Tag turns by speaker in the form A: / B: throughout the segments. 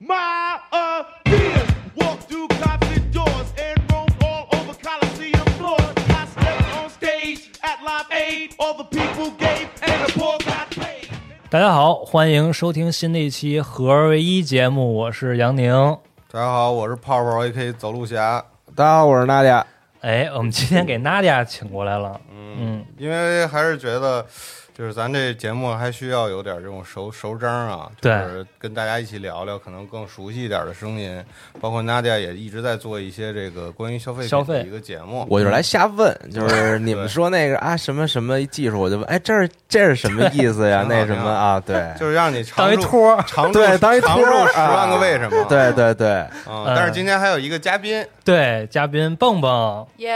A: My appearance walked through coffin doors and roamed all over Coliseum floors. I stepped on stage at Live Aid. All the people gave and the poor got paid.
B: 大家好，欢迎收听新的一期《合二为一》节目，我是杨宁。
C: 大家好，我是泡泡 AK 走路侠。
D: 大家好，我是娜姐。
B: 哎，我们今天给娜姐请过来了，嗯
C: 因为还是觉得，就是咱这节目还需要有点这种熟熟章啊，就是跟大家一起聊聊，可能更熟悉一点的声音。包括娜姐也一直在做一些这个关于消费
B: 消
C: 品
B: 费
C: 的一个节目。
D: 我就是来瞎问， 就是你们说那个啊什么什么技术，我就问，哎，这是这是什么意思呀？
C: 对
D: 那什么啊？对，
C: 就是让你
B: 当
C: 尝
B: 一
C: 入
B: 托儿。
C: 尝入
D: 对，当一
C: 尝
D: 托
C: 入
D: 儿
C: 十万个为什么。
D: 啊对对对，
C: 嗯，
B: 嗯
C: 但是今天还有一个嘉宾，
B: 对，嘉宾蹦蹦，
E: 耶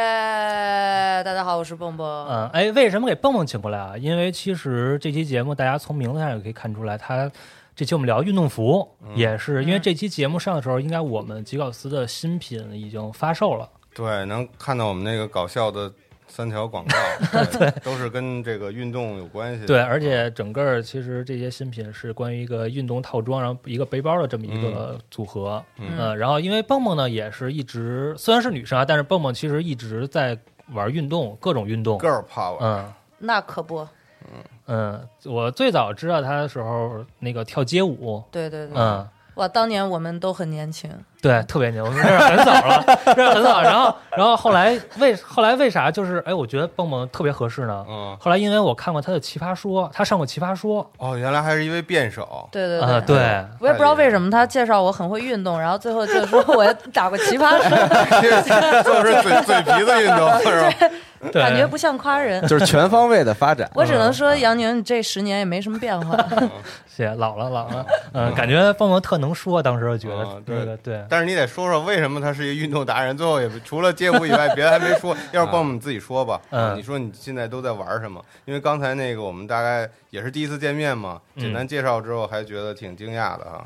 E: 大家好，我是蹦蹦。
B: 嗯，哎，为什么给蹦蹦请过来啊？因为其实这期节目大家从名字上也可以看出来，他这期我们聊运动服，也是因为这期节目上的时候，应该我们吉考斯的新品已经发售了。
C: 对，能看到我们那个搞笑的三条广 告，对，都是跟这个运动有关系的。
B: 对，而且整个儿其实这些新品是关于一个运动套装，然后一个背包的这么一个组合。
C: 嗯
B: 呃然后因为蹦蹦呢也是一直虽然是女生啊，但是蹦蹦其实一直在玩运动，各种运动。
C: girl power，
B: 嗯
E: 那可不，
B: 嗯，我最早知道她的时候，那个跳街舞，
E: 对对对，
B: 嗯。
E: 哇，当年我们都很年轻，
B: 对，特别牛，我们认识很早了，认识很早。然后，然后后来为后来为啥就是哎，我觉得蹦蹦特别合适呢。
C: 嗯，
B: 后来因为我看过他的《奇葩说》，他上过《奇葩说》
C: 哦，原来还是一位辩手。
E: 对对对。
B: 啊、对，
E: 我也不知道为什么他介绍我很会 运动，然后最后就说我要打过奇葩说，
C: 就是嘴嘴皮子运动是吧？
B: 对，
E: 感觉不像 夸人。。
D: 就是全方位的发展
E: 我只能说，杨宁，你这十年也没什么变化。
B: 谢谢老了老了，嗯，感觉蹦蹦特能说，当时就觉得
C: 嗯对
B: 那个啊对，
C: 但是你得说说为什么他是一个运动达人，最后也不除了街舞以外，别的还没 说。要不帮我们自己说吧？
B: 啊嗯
C: 你说你现在都在玩什么？因为刚才那个我们大概也是第一次见面嘛，
B: 嗯
C: 简单介绍之后还觉得挺惊讶的啊。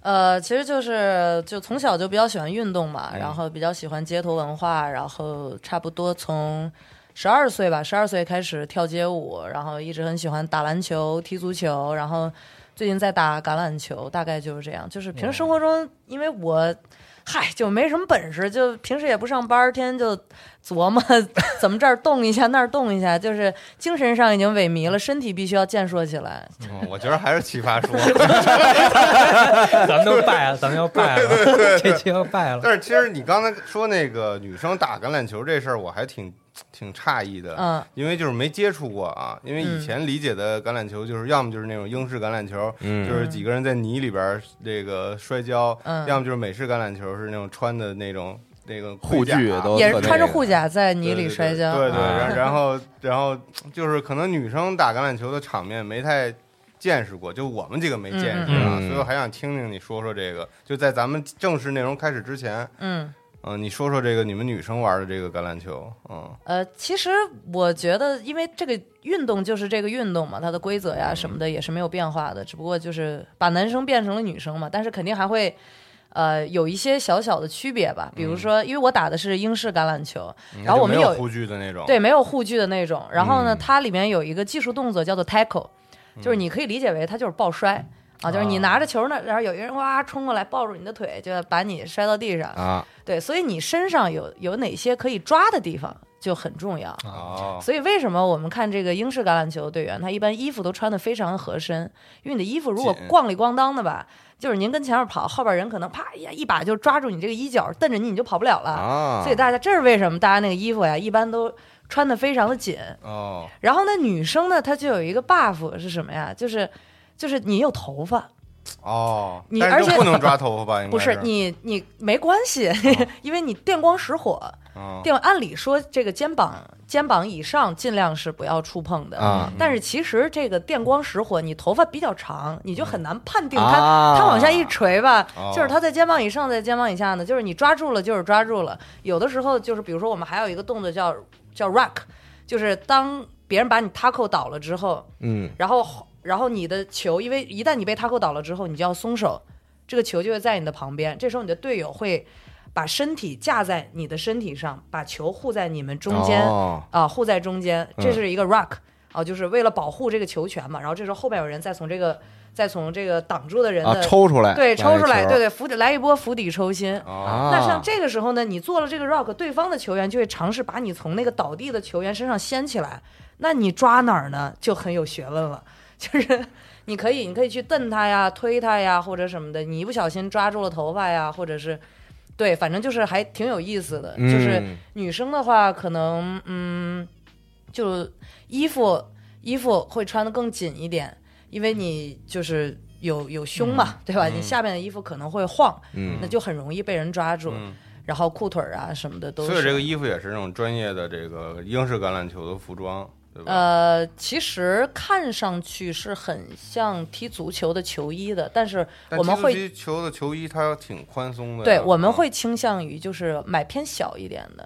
E: 呃，其实就是就从小就比较喜欢运动嘛，
C: 嗯
E: 然后比较喜欢街头文化，然后差不多从十二岁吧，十二岁开始跳街舞，然后一直很喜欢打篮球、踢足球，然后最近在打橄榄球，大概就是这样。就是平时生活中，因为我。嗨，就没什么本事，就平时也不上班，天天就琢磨怎么这儿动一下，那儿动一下，就是精神上已经萎靡了，身体必须要健硕起来。
C: 嗯我觉得还是奇葩说，
B: 咱们都败了，咱们要败了， 这期要败了。
C: 但是其实你刚才说那个女生打橄榄球这事儿，我还挺挺诧异的。
E: 嗯，
C: 因为就是没接触过啊，因为以前理解的橄榄球就是要么就是那种英式橄榄球，
D: 嗯
C: 就是几个人在泥里边儿这个摔跤，
E: 嗯
C: 要么就是美式橄榄球是那种穿的那种那个
D: 护具
C: 盔甲啊
D: 都
E: 也
D: 特
E: 是
D: 那
E: 穿着
D: 个
E: 护甲在
C: 对
E: 泥里
C: 对
E: 摔跤。嗯
C: 对对，
D: 啊
C: 然然后然后就是可能女生打橄榄球的场面没太。见识过，就我们几个没见识啊，
D: 嗯嗯
C: 所以我还想听听你说说这个。就在咱们正式内容开始之前，
E: 嗯，
C: 嗯、你说说这个你们女生玩的这个橄榄球，嗯
E: 呃，其实我觉得，因为这个运动就是这个运动嘛，它的规则呀什么的也是没有变化的，只不过就是把男生变成了女生嘛，但是肯定还会。呃有一些小小的区别
C: 嗯
E: 吧。比如说，因为我打的是英式橄榄球，然后我们
C: 没有
E: 有
C: 护具嗯的那种，
E: 对，没有护具的那种。然后呢，
C: 嗯
E: 它里面有一个技术动作叫做 tackle，就是你可以理解为它就是抱摔啊，就是你拿着球呢，然后有一个人哇冲过来抱住你的腿，就把你摔到地上。
C: 啊，
E: 对，所以你身上有有哪些可以抓的地方就很重要。
C: 哦，
E: 所以为什么我们看这个英式橄榄球队员，他一般衣服都穿的非常合身，因为你的衣服如果
C: 紧
E: 咣里咣当的吧，就是您跟前面跑，后边人可能啪一下一把就抓住你这个衣角，蹬着你你就跑不了了。
C: 啊
E: 所以大家这是为什么大家那个衣服呀，一般都穿的非常的紧。
C: 哦，
E: 然后呢，女生呢，她就有一个 buff 是什么呀？就是就是你有头发，
C: 哦，
E: 你
C: 但是就
E: 而且
C: 不能抓头发吧？应该
E: 不是，你你没关
C: 啊
E: 系， 因为你电光石火。
D: 啊
C: 哦
E: 电按理说这个肩膀肩膀以上尽量是不要触碰的。
D: 啊
E: 但是其实这个电光石火，你头发比较长，你就很难判 定它、
D: 啊
E: 它往下一垂吧，
C: 哦
E: 就是它在肩膀以上，在肩膀以下呢，就是你抓住了就是抓住了。有的时候就是比如说我们还有一个动作叫叫 rack，就是当别人把你 taco 倒了之后，
D: 嗯，
E: 然后然后你的球，因为一旦你被 taco 倒了之后，你就要松手，这个球就会在你的旁边。这时候你的队友会把身体架在你的身体上，把球护在你们中间啊、
D: 哦
E: 护在中间，
D: 嗯
E: 这是一个 rock 啊、就是为了保护这个球权嘛。然后这时候后面有人再从这个再从这个挡住的人
D: 啊
E: 的、，
D: 抽出来，
E: 对抽出
D: 把那
E: 来，
D: 球
E: 对对釜底来一波釜底抽薪。
C: 哦，
D: 啊，
E: 那像这个时候呢，你做了这个 rock，对方的球员就会尝试把你从那个倒地的球员身上掀起来。那你抓哪儿呢？就很有学问了。 就是你可以，你可以去蹬他呀、推他呀，或者什么的。你一不小心抓住了头发呀，或者是对，反正就是还挺有意思的。
D: 嗯
E: 就是女生的话，可能嗯，就衣服衣服会穿的更紧一点，因为你就是有有胸嘛，
C: 嗯
E: 对吧？你下面的衣服可能会晃，
D: 嗯
E: 那就很容易被人抓住。
C: 嗯
E: 然后裤腿儿啊什么的都
C: 所
E: 是。
C: 以这个衣服也是那种专业的这个英式橄榄球的服装，对吧？
E: 呃，其实看上去是很像踢足球的球衣的，但是
C: 但
E: 我们会
C: TCG 球的球衣它挺宽松的呀，
E: 对我们
C: 啊
E: 会倾向于就是买偏小一点的，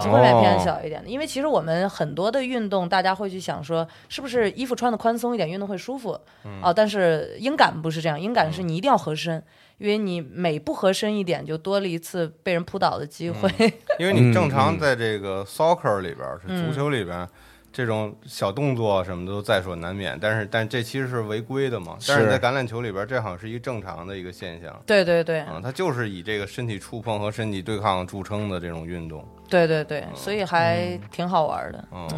C: 哦
E: 就会买偏小一点的，因为其实我们很多的运动，大家会去想说是不是衣服穿的宽松一点，运动会舒服
D: 嗯
E: 啊。但是英感不是这样，英感是你一定要合身，因为你每不合身一点，就多了一次被人扑倒的机会。
D: 嗯
C: 因为你正常在这个 soccer 里边儿，是
E: 嗯
C: 足球里边儿，这种小动作什么的都在所难免，但是但这其实是违规的嘛。但是
D: 是
C: 在橄榄球里边儿，这好像是一个正常的一个现象。
E: 对对对，
D: 嗯
C: 啊，它就是以这个身体触碰和身体对抗著称的这种运动，
E: 对对对，
D: 嗯
E: 所以还挺好玩的。
C: 嗯，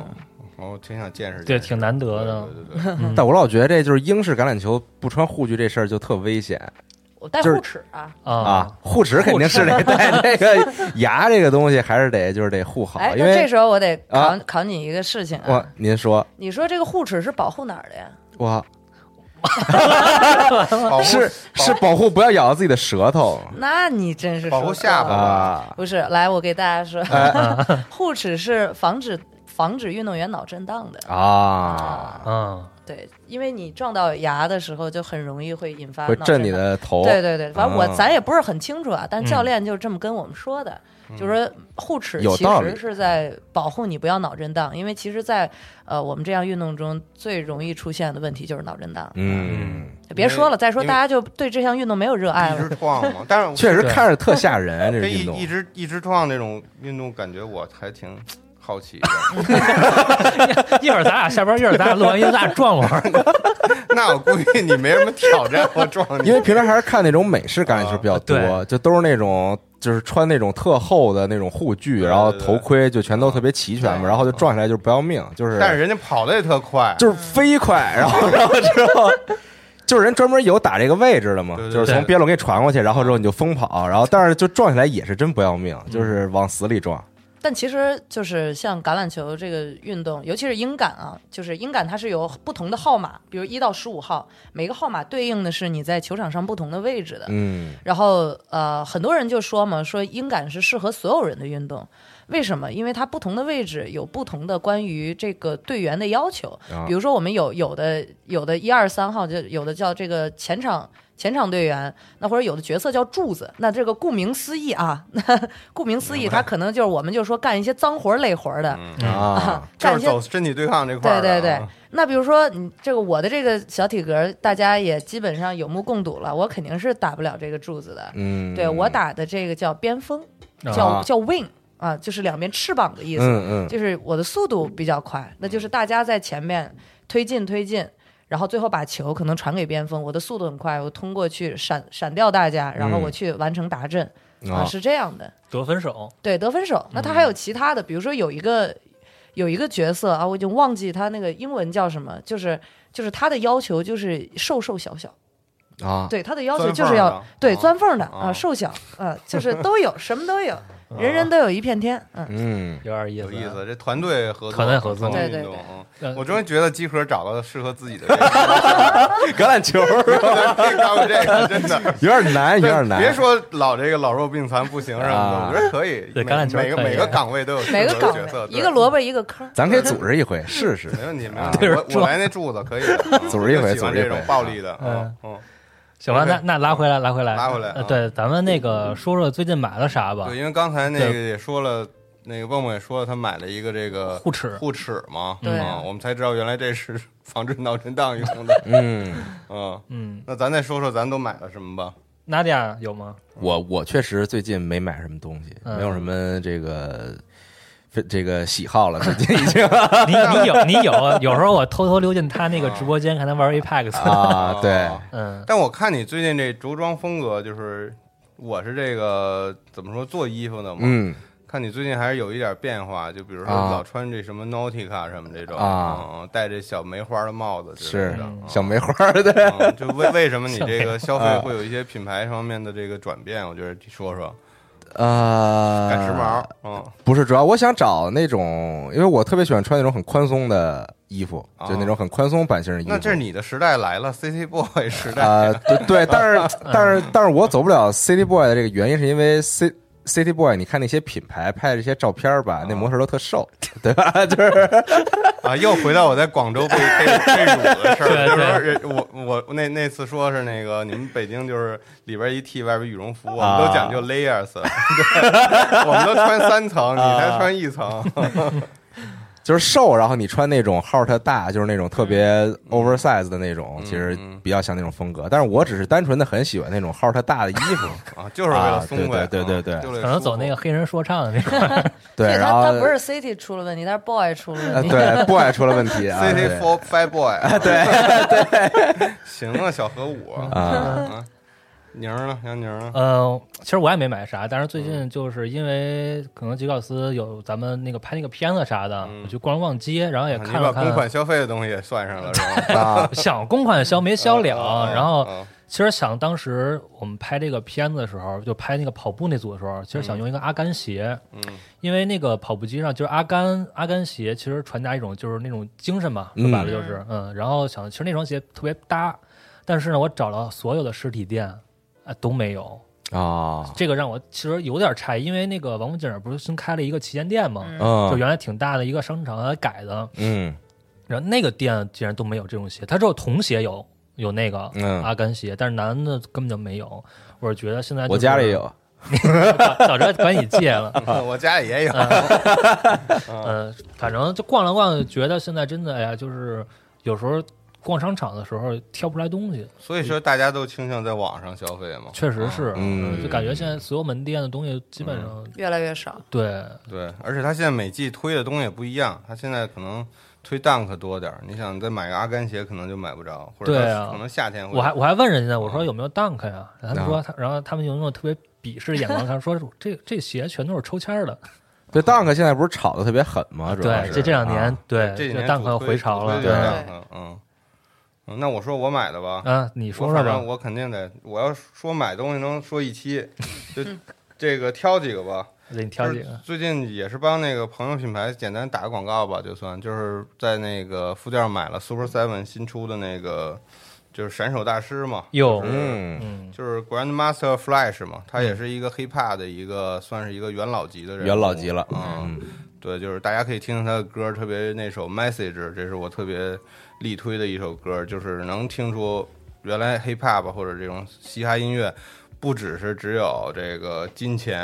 C: 然后挺想见识，
B: 对，
C: 见识
B: 挺难得的。
C: 对对对对，
D: 但我老觉得这就是英式橄榄球不穿护具这事儿就特危险
E: 我戴
D: 就是
E: 护齿啊，
D: 啊，，护齿肯定是得 带，这个牙这个东西还是得就是得护好
E: 哎，，
D: 因
E: 那这
D: 为
E: 时候我得考、
D: 啊
E: 考你一个事情啊
D: 我，您说
E: 你说这个护齿是保护哪儿的呀？
D: 我
C: 保护
D: 是是保护不要咬到自己的舌头
E: 那你真是
C: 保护
E: 说
C: 下
E: 错
C: 巴
E: 了
D: 嗯啊，
E: 不是，来，我给大家说，
D: 哎
E: 护齿是防止防止运动员脑震荡的。
D: 啊，
B: 嗯，
E: 对，因为你撞到牙的时候，就很容易会引发
D: 会
E: 脑
D: 震
E: 震
D: 你
E: 荡。
D: 的头。嗯
E: 对对对，反正我、
D: 啊
E: 咱也不是很清楚啊，但教练就这么跟我们说的，就是说护齿
D: 嗯有
E: 其
D: 道理
E: 实是在保护你不要脑震荡，因为其实在，呃我们这样运动中最容易出现的问题就是脑震荡。
D: 嗯，
E: 别说了，再说
C: 因为
E: 大家就对这项运动没有热爱
C: 一
E: 了
C: 直。撞嘛，但是
D: 确实
B: 对
D: 看着特吓人，这
C: 这
D: 个
C: 一
D: 运动
C: 一直一直撞这种运动，感觉我还挺好奇的。
B: 一会儿咱俩下班，一会儿咱俩录完音，咱俩撞会儿。
C: 那我估计你没什么挑战，我撞你。
D: 因为平常还是看那种美式橄榄球比较多，
B: 啊对
D: 就都是那种就是穿那种特厚的那种护具，
C: 对
D: 然后头盔就全都特别齐全嘛，
C: 对
D: 然后就撞起来就不要命，就是
C: 但是人家跑的也特快，
D: 就是飞 快，然后然后之后。就是人专门有打这个位置的嘛，
C: 对对
D: 就是从边路给你传过去，然后之后你就疯跑，然后但是就撞起来也是真不要命，就是
C: 嗯
D: 往死里撞。
E: 但其实就是像橄榄球这个运动，尤其是英感啊，就是英感它是有不同的号码，比如一到十五号，每个号码对应的是你在球场上不同的位置的。
D: 嗯，
E: 然后呃，很多人就说嘛，说音感是适合所有人的运动。为什么？因为它不同的位置有不同的关于这个队员的要求
D: 啊。
E: 比如说，我们有有的有的一二三号，就有的叫这个前场前场队员，那或者有的角色叫柱子，那这个顾名思义啊， 那顾名思义，他可能就是我们就是说干一些脏活儿累活儿的，
C: 嗯
D: 啊，
C: 就
E: 干一
C: 是
E: 些
C: 走身体对抗这块
E: 对
C: 儿的
E: 对
C: 啊。
E: 对，那比如说你这个我的这个小体格，大家也基本上有目共睹了，我肯定是打不了这个柱子的。
D: 嗯，
E: 对我打的这个叫边锋，
B: 啊
E: 叫、叫 wing 啊，就是两边翅膀的意思。
D: 嗯，嗯嗯，
E: 就是我的速度比较快，那就是大家在前面推进推进，然后最后把球可能传给边锋，我的速度很快，我通过去闪闪掉大家，然后我去完成达阵、啊，
D: 嗯哦
E: 是这样的。
B: 得分手，
E: 对，得分手。那他
D: 嗯
E: 还有其他的，比如说有一个有一个角色啊，我已经忘记他那个英文叫什么，就是就是他的要求就是瘦瘦小小，
D: 啊，
E: 对他的要求
C: 钻
E: 就
C: 缝
E: 是
C: 儿
E: 要
C: 的
E: 对
C: 啊
E: 钻缝儿的
C: 啊
E: 啊，瘦小啊， 就是都有，什么都有，人人都有一片天，嗯。
D: 嗯，
B: 有点意
C: 有
B: 思，
C: 意思，这团队合作，
B: 团队合作
C: 团队
E: 对对
C: 运动
E: 对
C: 嗯
B: 呃
C: 我终于觉得集合找到了适合自己 的这个，
D: 橄榄球
C: 这个这个真的。
D: 有点难， 有点难，
C: 别说老这个老弱病残不行什么的，
D: 啊
C: 我觉得可以。
B: 对
C: 每
B: 橄榄球
C: 每个
B: 可以
C: 每个岗位都有
E: 每个
C: 适合
E: 岗
C: 的角色
E: 位，
C: 对
E: 一个萝卜一个坑儿。
D: 咱可以组织一回试试。
C: 没问题，没
D: 啊
C: 问题。我
B: 撞
C: 我来那柱子可以的，嗯
D: 组织一回
C: 就喜欢
D: 组织一
C: 这种
D: 回
C: 暴力的，
B: 嗯
C: 嗯嗯，
B: 行吧，
C: OK
B: 那那拉回来，拉回来，
C: 拉回来
B: 呃
C: 啊
B: 对，咱们那个说说最近买了啥吧
C: 对，。因为刚才那个
B: 对
C: 也说了，那个蹦蹦也说了，他买了一个这个
B: 护齿
C: 护齿嘛，
E: 对
C: 啊，我们才知道原来这是防治脑震荡用的，
D: 嗯，
C: 嗯。
B: 嗯，
C: 那咱再说说咱都买了什么吧。
B: 娜迪亚有 吗？
D: 我我确实最近没买什么东西，
B: 嗯
D: 没有什么这个这这个喜好了，最近已经
B: 你你有你有，有时候我偷偷溜进他那个直播间，看他玩 Apex，
D: 啊，对，
B: 嗯，
C: 但我看你最近这着装风格，就是我是这个怎么说做衣服的嘛，
D: 嗯，
C: 看你最近还是有一点变化，就比如说
D: 啊
C: 老穿这什么 Nautica 什么这种
D: 啊
C: 嗯，戴这小梅花的帽子之类
D: 是哦
C: 的。
B: 嗯
D: 小梅花儿的，
C: 嗯，就为为什么你这个消费
D: 啊
C: 会有一些品牌方面的这个转变？我觉得你说说，
D: 呃，
C: 赶时髦，嗯，
D: 不是，主要我想找那种，因为我特别喜欢穿那种很宽松的衣服，
C: 啊
D: 就那种很宽松版型的衣服。
C: 那这是你的时代来了，City Boy 时代，
D: 啊、对对，但是但是但是我走不
B: 嗯
D: 了 City Boy 的这个原因，是因为 C City Boy，你看那些品牌拍的这些照片儿
B: 哦
D: 吧，那模特儿都特瘦，对吧？就是
C: 啊，又回到我在广州被被被辱的事
B: 对
C: 儿，就是人我我那那次说是那个你们北京就是里边一 T 外边羽绒服，我们都
D: 啊
C: 讲究 layers，对我们都穿三层，你才穿一层，
D: 啊就是瘦，然后你穿那种号儿特大，就是那种特别
B: 嗯
D: oversize 的那种，其实比较像那种风格。但是我只是单纯的很喜欢那种号儿特大的衣 服，
C: 啊，就是为了
D: 啊
C: 松快，
D: 对对对对对
C: 对
B: 可能走那个黑人说唱的那种。
D: 对，
E: 所以
D: 然
E: 他
D: 后
E: 他不是 City 出了问题，他是 Boy 出了
D: 呃
E: 问题。
D: 对 boy 出了问题啊，对
C: City for Fat Boy，对对， 行啊，小核武
D: 啊，
C: 啊，宁儿呢？杨宁儿呢？
B: 呃，其实我也没买啥，但是最近就是因为可能吉奥斯有咱们那个拍那个片子啥的，我去逛了逛街，然后也
C: 嗯啊
B: 哎看
C: 你把
B: 了
C: 公款
B: 看，
C: 消费的东西也算上了，是吧？
B: 想公款消没消
C: 啊
B: 了，然后。
C: 啊
B: 其实想当时我们拍这个片子的时候，就拍那个跑步那组的时候，其实
C: 嗯
B: 想用一个阿甘鞋，嗯，因为那个跑步机上就是阿甘阿甘鞋，其实传达一种就是那种精神嘛，说
D: 嗯
B: 白了就是，嗯，然后想其实那双鞋特别搭，但是呢，我找了所有的实体店，啊都没有，
D: 啊，
B: 这个让我其实有点诧异，因为那个王府井不是新开了一个旗舰店嘛，就
D: 嗯
B: 原来挺大的一个商场，它改的，
D: 嗯
B: 然后那个店竟然都没有这种鞋，它只有童鞋有有那个
D: 嗯
B: 阿甘鞋，但是男的根本就没有。我是觉得现在、
D: 我家里也，有，
B: 早知道管你借了。
D: 啊
C: 我家里也有，
B: 嗯呃，反正就逛了逛，觉得现在真的哎呀，就是有时候逛商场的时候挑不出来东西，
C: 所以说大家都倾向在网上消费嘛。啊
B: 确实是，
D: 嗯
B: 就感觉现在所有门店的东西基本上、
E: 越来越少，
B: 对。
C: 对，而且他现在每季推的东西也不一样，他现在可能推 Dunk 多点儿。你想再买个阿甘鞋，可能就买不着，或者
B: 对
C: 他
B: 啊
C: 可能夏天会
B: 我还我还问人家，我
C: 嗯
B: 说有没有 Dunk 呀、然后他们
C: 啊
B: 说他，然后他们用那种特别鄙视的眼光，他说这这鞋全都是抽签儿的。
D: 对 Dunk 现在不是炒的特别狠吗？主要
B: 对，
D: 是
B: 这这两年、
D: 啊
B: 对
C: 这几
B: 这
C: 年
B: Dunk
C: 主推
B: 回潮了，
C: 主推
B: 对
C: 就是
E: 对
C: Dunk，嗯嗯。那我说我买的吧，
B: 啊，你说
C: 我
B: 说
C: 反
B: 吧
C: 正。我肯定得，我要说买东西能说一期，就这个挑几个吧。
B: 给你 挑几个。
C: 最近也是帮那个朋友品牌简单打个广告吧，就算就是在那个副店买了 Super Seven 新出的那个，就是闪手大师嘛，
B: 有，
D: 嗯
B: 嗯，
C: 就是 Grandmaster Flash 嘛，他也是一个 hiphop 的一个，算是一个元老级的人，
D: 元老级了，
C: 嗯，对，就是大家可以听听他的歌，特别那首 Message，这是我特别力推的一首歌，就是能听出原来 hip hop 或者这种嘻哈音乐，不只是只有这个金钱、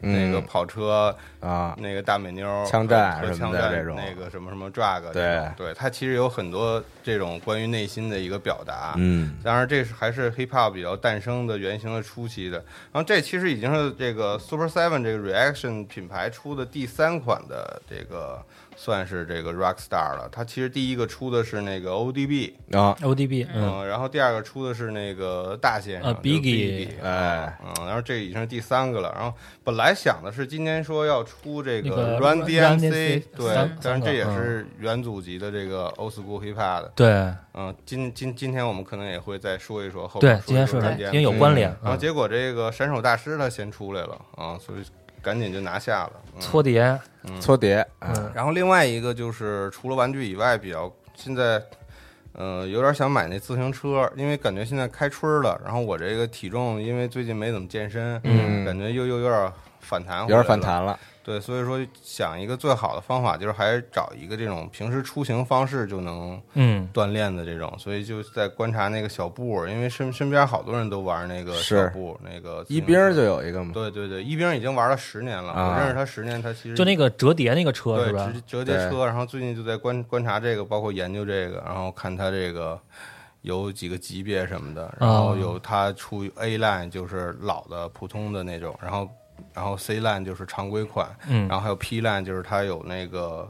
C: 那个
D: 嗯
C: 跑车、
D: 啊，
C: 那个大美妞儿
D: 枪战
C: 和和
D: 什么
C: 枪
D: 的
C: 战
D: 这种
C: 那个什么什么 drug，
D: 对
C: 这种对，它其实有很多这种关于内心的一个表达。
D: 嗯
C: 当然，这是还是 hip hop 比较诞生的原型的初期的。然后这其实已经是这个 Super Seven 这个 Reaction 品牌出的第三款的这个算是这个 Rock Star 了。它其实第一个出的是那个 ODB，
D: 啊，
B: ODB，嗯，
C: 嗯，然后第二个出的是那个大先生
B: 呃
C: 就是
B: Biggie，
C: Biggie，
D: 哎
C: 嗯，然后这已经是第三个了。然后本来想的是今天说要出这
B: 那
C: 个
B: 个
C: Run
B: Run
C: DMC，
B: DMC
C: 对
B: 三，
C: 但是这也
B: 三个嗯
C: 是元祖级的这个 Old School Hip Hop 的。
B: 对
C: 嗯，今今今天我们可能也会再说一说后
B: 对
C: 面，
B: 今天
C: 说
B: 说
C: 一
B: 的，
C: 说 DMC
B: 因为有关联，
C: 然后
B: 嗯，
C: 结果这个闪手大师他先出来了啊，所以赶紧就拿下了。嗯
B: 搓碟，
D: 搓碟，
B: 嗯，
C: 然后另外一个就是除了玩具以外，比较现在，呃，有点想买那自行车，因为感觉现在开春了，然后我这个体重因为最近没怎么健身，
D: 嗯
C: 感觉又又有点反弹，
D: 有点反。弹了，
C: 对，所以说想一个最好的方法就是还是找一个这种平时出行方式就能
B: 嗯，
C: 锻炼的这种，所以就在观察那个小布儿，因为身身边好多人都玩那个小
D: 是
C: 布儿那个自
D: 一
C: 行
D: 兵
C: 车
D: 就有一个嘛，
C: 对对对，一兵已经玩了十年了，
D: 啊
C: 我认识他十年，他其实
B: 就那个折叠那个车
C: 对
B: 是吧
C: 直？折叠车，然后最近就在观观察这个，包括研究这个，然后看它这个有几个级别什么的，然后
B: 哦
C: 有它出 A line 就是老的普通的那种，然后然后 C line 就是常规款，
B: 嗯
C: 然后还有 P line 就是它有那个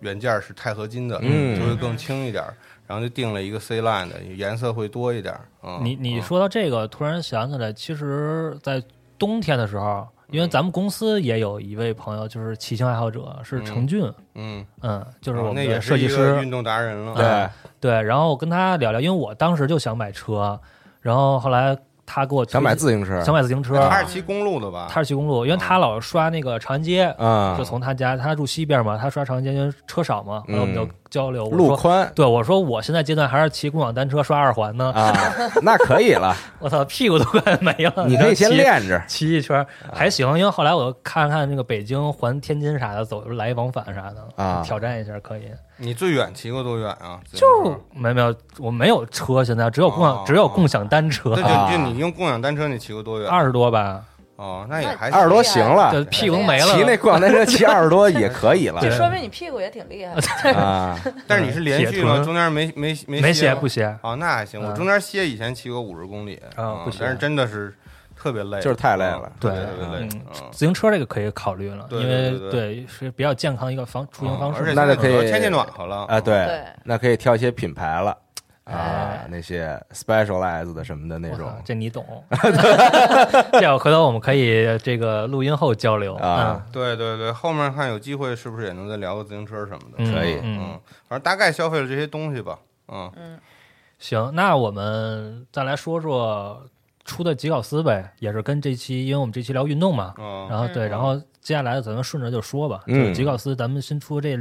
C: 原件是钛合金的，
D: 嗯
C: 就会更轻一点儿，然后就定了一个 C line 的，颜色会多一点儿。嗯，
B: 你你
C: 嗯
B: 说到这个，突然想起来，其实，在冬天的时候，因
C: 嗯
B: 为咱们公司也有一位朋友，就是骑行爱好者，是程俊，
C: 嗯，
B: 嗯，就是我
C: 那
B: 们
C: 也
B: 的
C: 是
B: 设
C: 一
B: 计
C: 个
B: 师
C: 运，动达人了，
D: 对，
B: 啊对。然后我跟他聊聊，因为我当时就想买车，然后后来他给我推
D: 想买
B: 荐
D: 自行车，
B: 想买自行车，
C: 他是骑公路的吧？
B: 他是骑公路，因为他老刷那个长安街，
D: 啊
B: 就，从他家，他住西边嘛，他刷长安街，因为车少嘛，然后我们就
D: 嗯
B: 交流，我
D: 路
B: 说。
D: 宽
B: 对，我说我现在阶段还是骑共享单车刷二环呢，
D: 啊，那可以 了，
B: 我操，屁股都快没了。
D: 你可以先
B: 骑
D: 练啊着，
B: 骑一圈儿还行，因为后来我看看那个北京环天津啥的，走来往返啥的
D: 啊
B: 挑战一下可以。
C: 你最远骑过多远啊？就
B: 就是没没有，我没有车，现在只有共享、
C: 哦
B: 只有共享单车，
C: 那
D: 啊
C: 就就你用共享单车，你骑过多远？
B: 二十多吧，
C: 哦，那也还
D: 二十多
E: 是
D: 行
E: 啊
D: 了，
B: 就屁股没了。
D: 骑那共享单车骑二十多也可以了
E: 这
B: 对
E: 说明你屁股也挺厉害的。
D: 啊，
C: 但是你是连续吗？
B: 铁臀
C: 中间没没没
B: 没
C: 歇
B: 鞋
C: 吗
B: 不歇，
C: 哦，那还行。我
B: 嗯
C: 中间歇以前骑过五十公里嗯
B: 啊不歇
C: 但是真的是特别累，
D: 就是太累了
C: 嗯特别
B: 对
C: 特别累
B: 嗯。
C: 嗯
B: 自行车这个可以考虑了，
C: 对
B: 因为
C: 对对哦
B: 是比较健康一个方出行方
C: 而且
B: 式。
D: 那就
C: 现在有
D: 可以
C: 天气暖和了
D: 啊，，对
E: 对，
D: 那可以挑一些品牌了啊
E: 哎，
D: 那些 specialized 的什么的那
B: 我操
D: 种
B: 这你懂，这回头我们可以这个录音后交流
D: 啊，
C: 对对对，后面看有机会是不是也能再聊个自行车什么的？
B: 嗯
D: 可以
B: 嗯
C: 嗯，反正大概消费了这些东西吧。嗯，
B: 行，那我们再来说说出的吉考斯呗，也是跟这期，因为我们这期聊运动嘛，
C: 嗯
B: 然后对，然后接下来咱们顺着就说吧，
D: 嗯
B: 就是吉考斯咱们新出这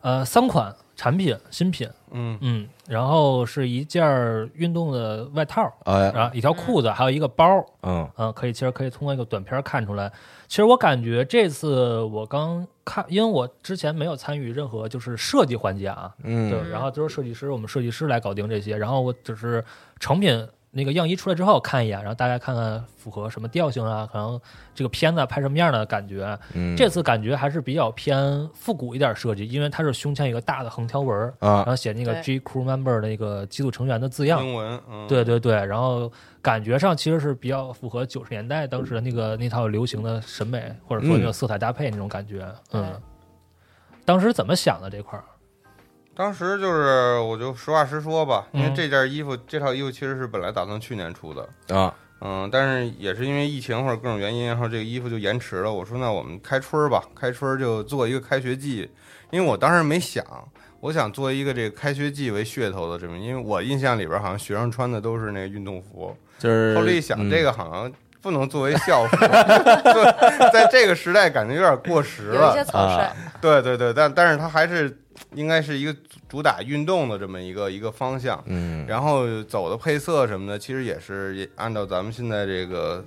B: 呃三款产品新品，
C: 嗯
B: 嗯，然后是一件儿运动的外套，
C: 哎
D: 呃，
B: 然后一条裤子，还有一个包，
D: 嗯
B: 嗯，可以，其实可以通过一个短片看出来。其实我感觉这次我刚看，因为我之前没有参与任何就是设计环节啊，
D: 嗯
B: 对，然后都是设计师，我们设计师来搞定这些，然后我只是成品那个样衣出来之后看一眼，然后大概看看符合什么调性啊，可能这个片子啊拍什么样的感觉。
D: 嗯，
B: 这次感觉还是比较偏复古一点设计，因为它是胸前有个大的横条纹儿，
D: 啊
B: 然后写那个
E: 对
B: G Crew Member 那个机组成员的字样，
C: 英文，嗯，
B: 对对对，然后感觉上其实是比较符合九十年代当时的那个那套流行的审美，或者说那
D: 嗯
B: 个色彩搭配那种感觉。嗯，
E: 对
B: 当时怎么想的这块儿？
C: 当时就是，我就实话实说吧，因为
B: 嗯
C: 这件衣服，这套衣服其实是本来打算去年出的，
D: 啊
C: 嗯，但是也是因为疫情或者各种原因，然后这个衣服就延迟了。我说那我们开春儿吧，开春儿就做一个开学季，因为我当时没想，我想做一个这个开学季为噱头的这么，因为我印象里边好像学生穿的都是那个运动服，
D: 就是嗯
C: 后来一想，这
D: 个
C: 个好像不能作为校服， 就在这个时代感觉有点过时
E: 有一些
C: 了。啊
E: 草率，
C: 对对对，但但是它还是应该是一个主打运动的这么一个一个方向。
D: 嗯
C: 然后走的配色什么的，其实也是也按照咱们现在这个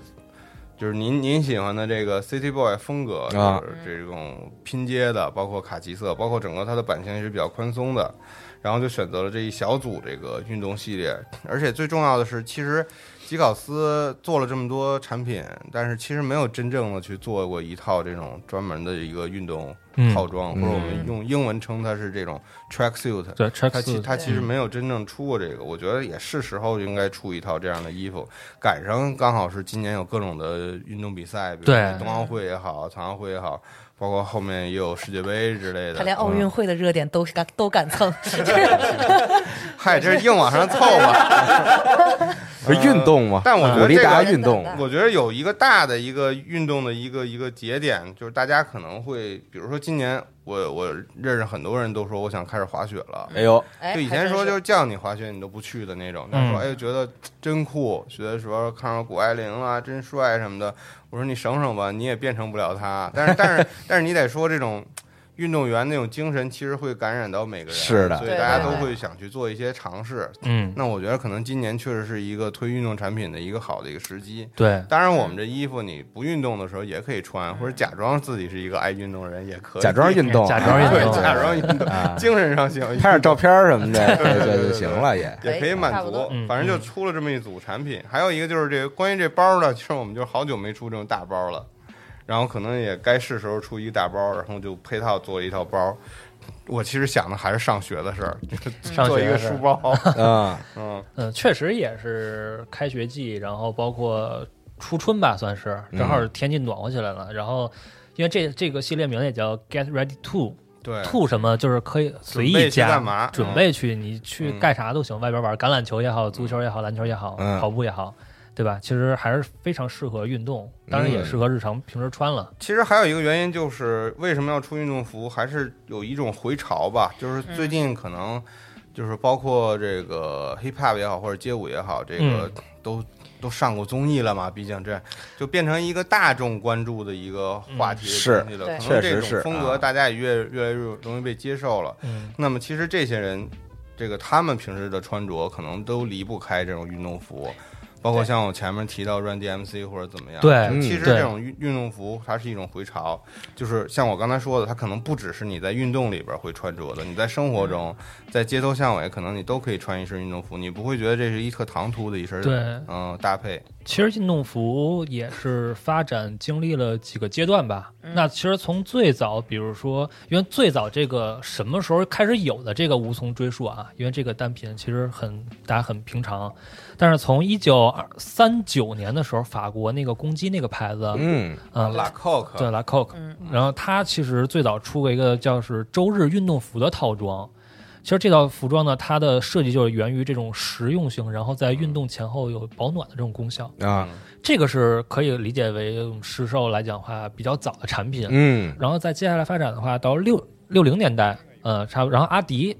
C: 就是您您喜欢的这个 City Boy 风格，就
D: 啊
C: 是这种拼接的，包括卡其色，包括整个它的版型也是比较宽松的，然后就选择了这一小组这个运动系列，而且最重要的是，其实吉考斯做了这么多产品，但是其实没有真正的去做过一套这种专门的一个运动
B: 嗯
C: 套装，
D: 嗯
C: 或者我们用英文称它是这种 track suit，
B: 对
C: 它其
B: Tracksuit，
C: 它
E: 嗯
C: 其实没有真正出过这个，我觉得也是时候应该出一套这样的衣服。赶上刚好是今年有各种的运动比赛，比如
B: 对
C: 冬奥会也好，残奥会也好，包括后面也有世界杯之类
E: 他
C: 的。嗯
E: 连奥运会的热点都敢都敢 蹭，
C: 嗨，这是硬往上凑 嘛。
D: 不是运动吗？
C: 呃但我觉
D: 鼓
C: 得
D: 励
C: 这
D: 大
C: 个
D: 家运动，
C: 我觉得有一个大的一个运动的一个一个节点，就是大家可能会，比如说今年我我认识很多人都说我想开始滑雪了，
D: 哎呦，
E: 哎，
C: 就以
E: 还
C: 前
E: 真
C: 说
E: 是
C: 就是叫你滑雪你都不去的那种，他说
B: 嗯
C: 哎觉得真酷，觉得说看着谷爱凌啊真帅什么的，我说你省省吧，你也变成不了他，但是但 是但是你得说这种。运动员那种精神其实会感染到每个人，
D: 是的
C: 所以
E: 对
C: 大家
E: 对
C: 都
E: 对
C: 会想去做一些尝试。
B: 嗯，
C: 那我觉得可能今年确实是一个推运动产品的一个好的一个时机。
B: 对，
C: 当然，我们这衣服你不运动的时候也可以穿，或者假装自己是一个爱运动的人也可以，
D: 假装运动，
B: 假装运动
C: 对，假装运动，
D: 啊，
C: 精神上行。
D: 拍点照片什么的，
C: 对对
D: 对
C: 对
D: 就
C: 对
D: 行了也。
C: 也可以满
E: 差
C: 足
E: 不多，
B: 嗯
C: 反正就出了这么一组产品。还有一个就是这个关于这包呢，其实我们就好久没出这种大包了，然后可能也该是时候出一个大包，然后就配套做了一套包。我其实想的还是上学的事儿，就是
B: 上
C: 做一
B: 学
C: 个
B: 的事儿
C: 书包。
D: 嗯，
C: 嗯，
B: 嗯，确实也是开学季，然后包括初春吧，算是正
C: 嗯
B: 好天气暖和起来了。然后，因为这这个系列名也叫 Get Ready To
C: 对，
B: To 什么，就是可以随
C: 准
B: 意
C: 备去干
B: 加，
C: 嘛？
B: 准
C: 嗯
B: 备去你去干啥都行，外边玩橄榄球也好，足球也好，篮球也好，
D: 嗯
B: 跑步也好，对吧？其实还是非常适合运动，当然也
D: 嗯
B: 适合日常平时穿了。
C: 其实还有一个原因就是为什么要出运动服，还是有一种回潮吧，就是最近可能就是包括这个 hip hop 也好，或者街舞也好，这个
B: 嗯
C: 都都上过综艺了嘛，毕竟这就变成一个大众关注的一个话题的东西了，
E: 嗯
C: 可
D: 是
C: 能这
D: 对确实
C: 种
D: 是
C: 风格
D: 啊
C: 大家也越越来越容易被接受了。
B: 嗯，
C: 那么其实这些人，这个他们平时的穿着可能都离不开这种运动服，包括像我前面提到 Run DMC 或者怎么样。
B: 对
C: 就
D: 嗯
C: 其实
B: 对
C: 这种运运动服它是一种回潮，就是像我刚才说的，它可能不只是你在运动里边会穿着的，你在生活中，在街头巷尾，可能你都可以穿一身运动服，你不会觉得这是一特唐突的一身。
B: 对
C: 嗯，搭配。
B: 其实运动服也是发展经历了几个阶段吧。那其实从最早，比如说，因为最早这个什么时候开始有的这个无从追溯啊，因为这个单品其实很大家很平常。但是从一九三九年的时候，法国那个公鸡那个牌子，
D: 嗯，
B: 嗯，
C: 拉 Coke，
B: 对拉 Coke，
E: 嗯
B: 然后它其实最早出过一个叫是周日运动服的套装。其实这套服装呢，它的设计就是源于这种实用性，然后在运动前后有保暖的这种功效。
D: 啊，
B: 这个是可以理解为嗯市售来讲的话比较早的产品。
D: 嗯，
B: 然后在接下来发展的话，到六六零年代，呃，差不多。然后阿迪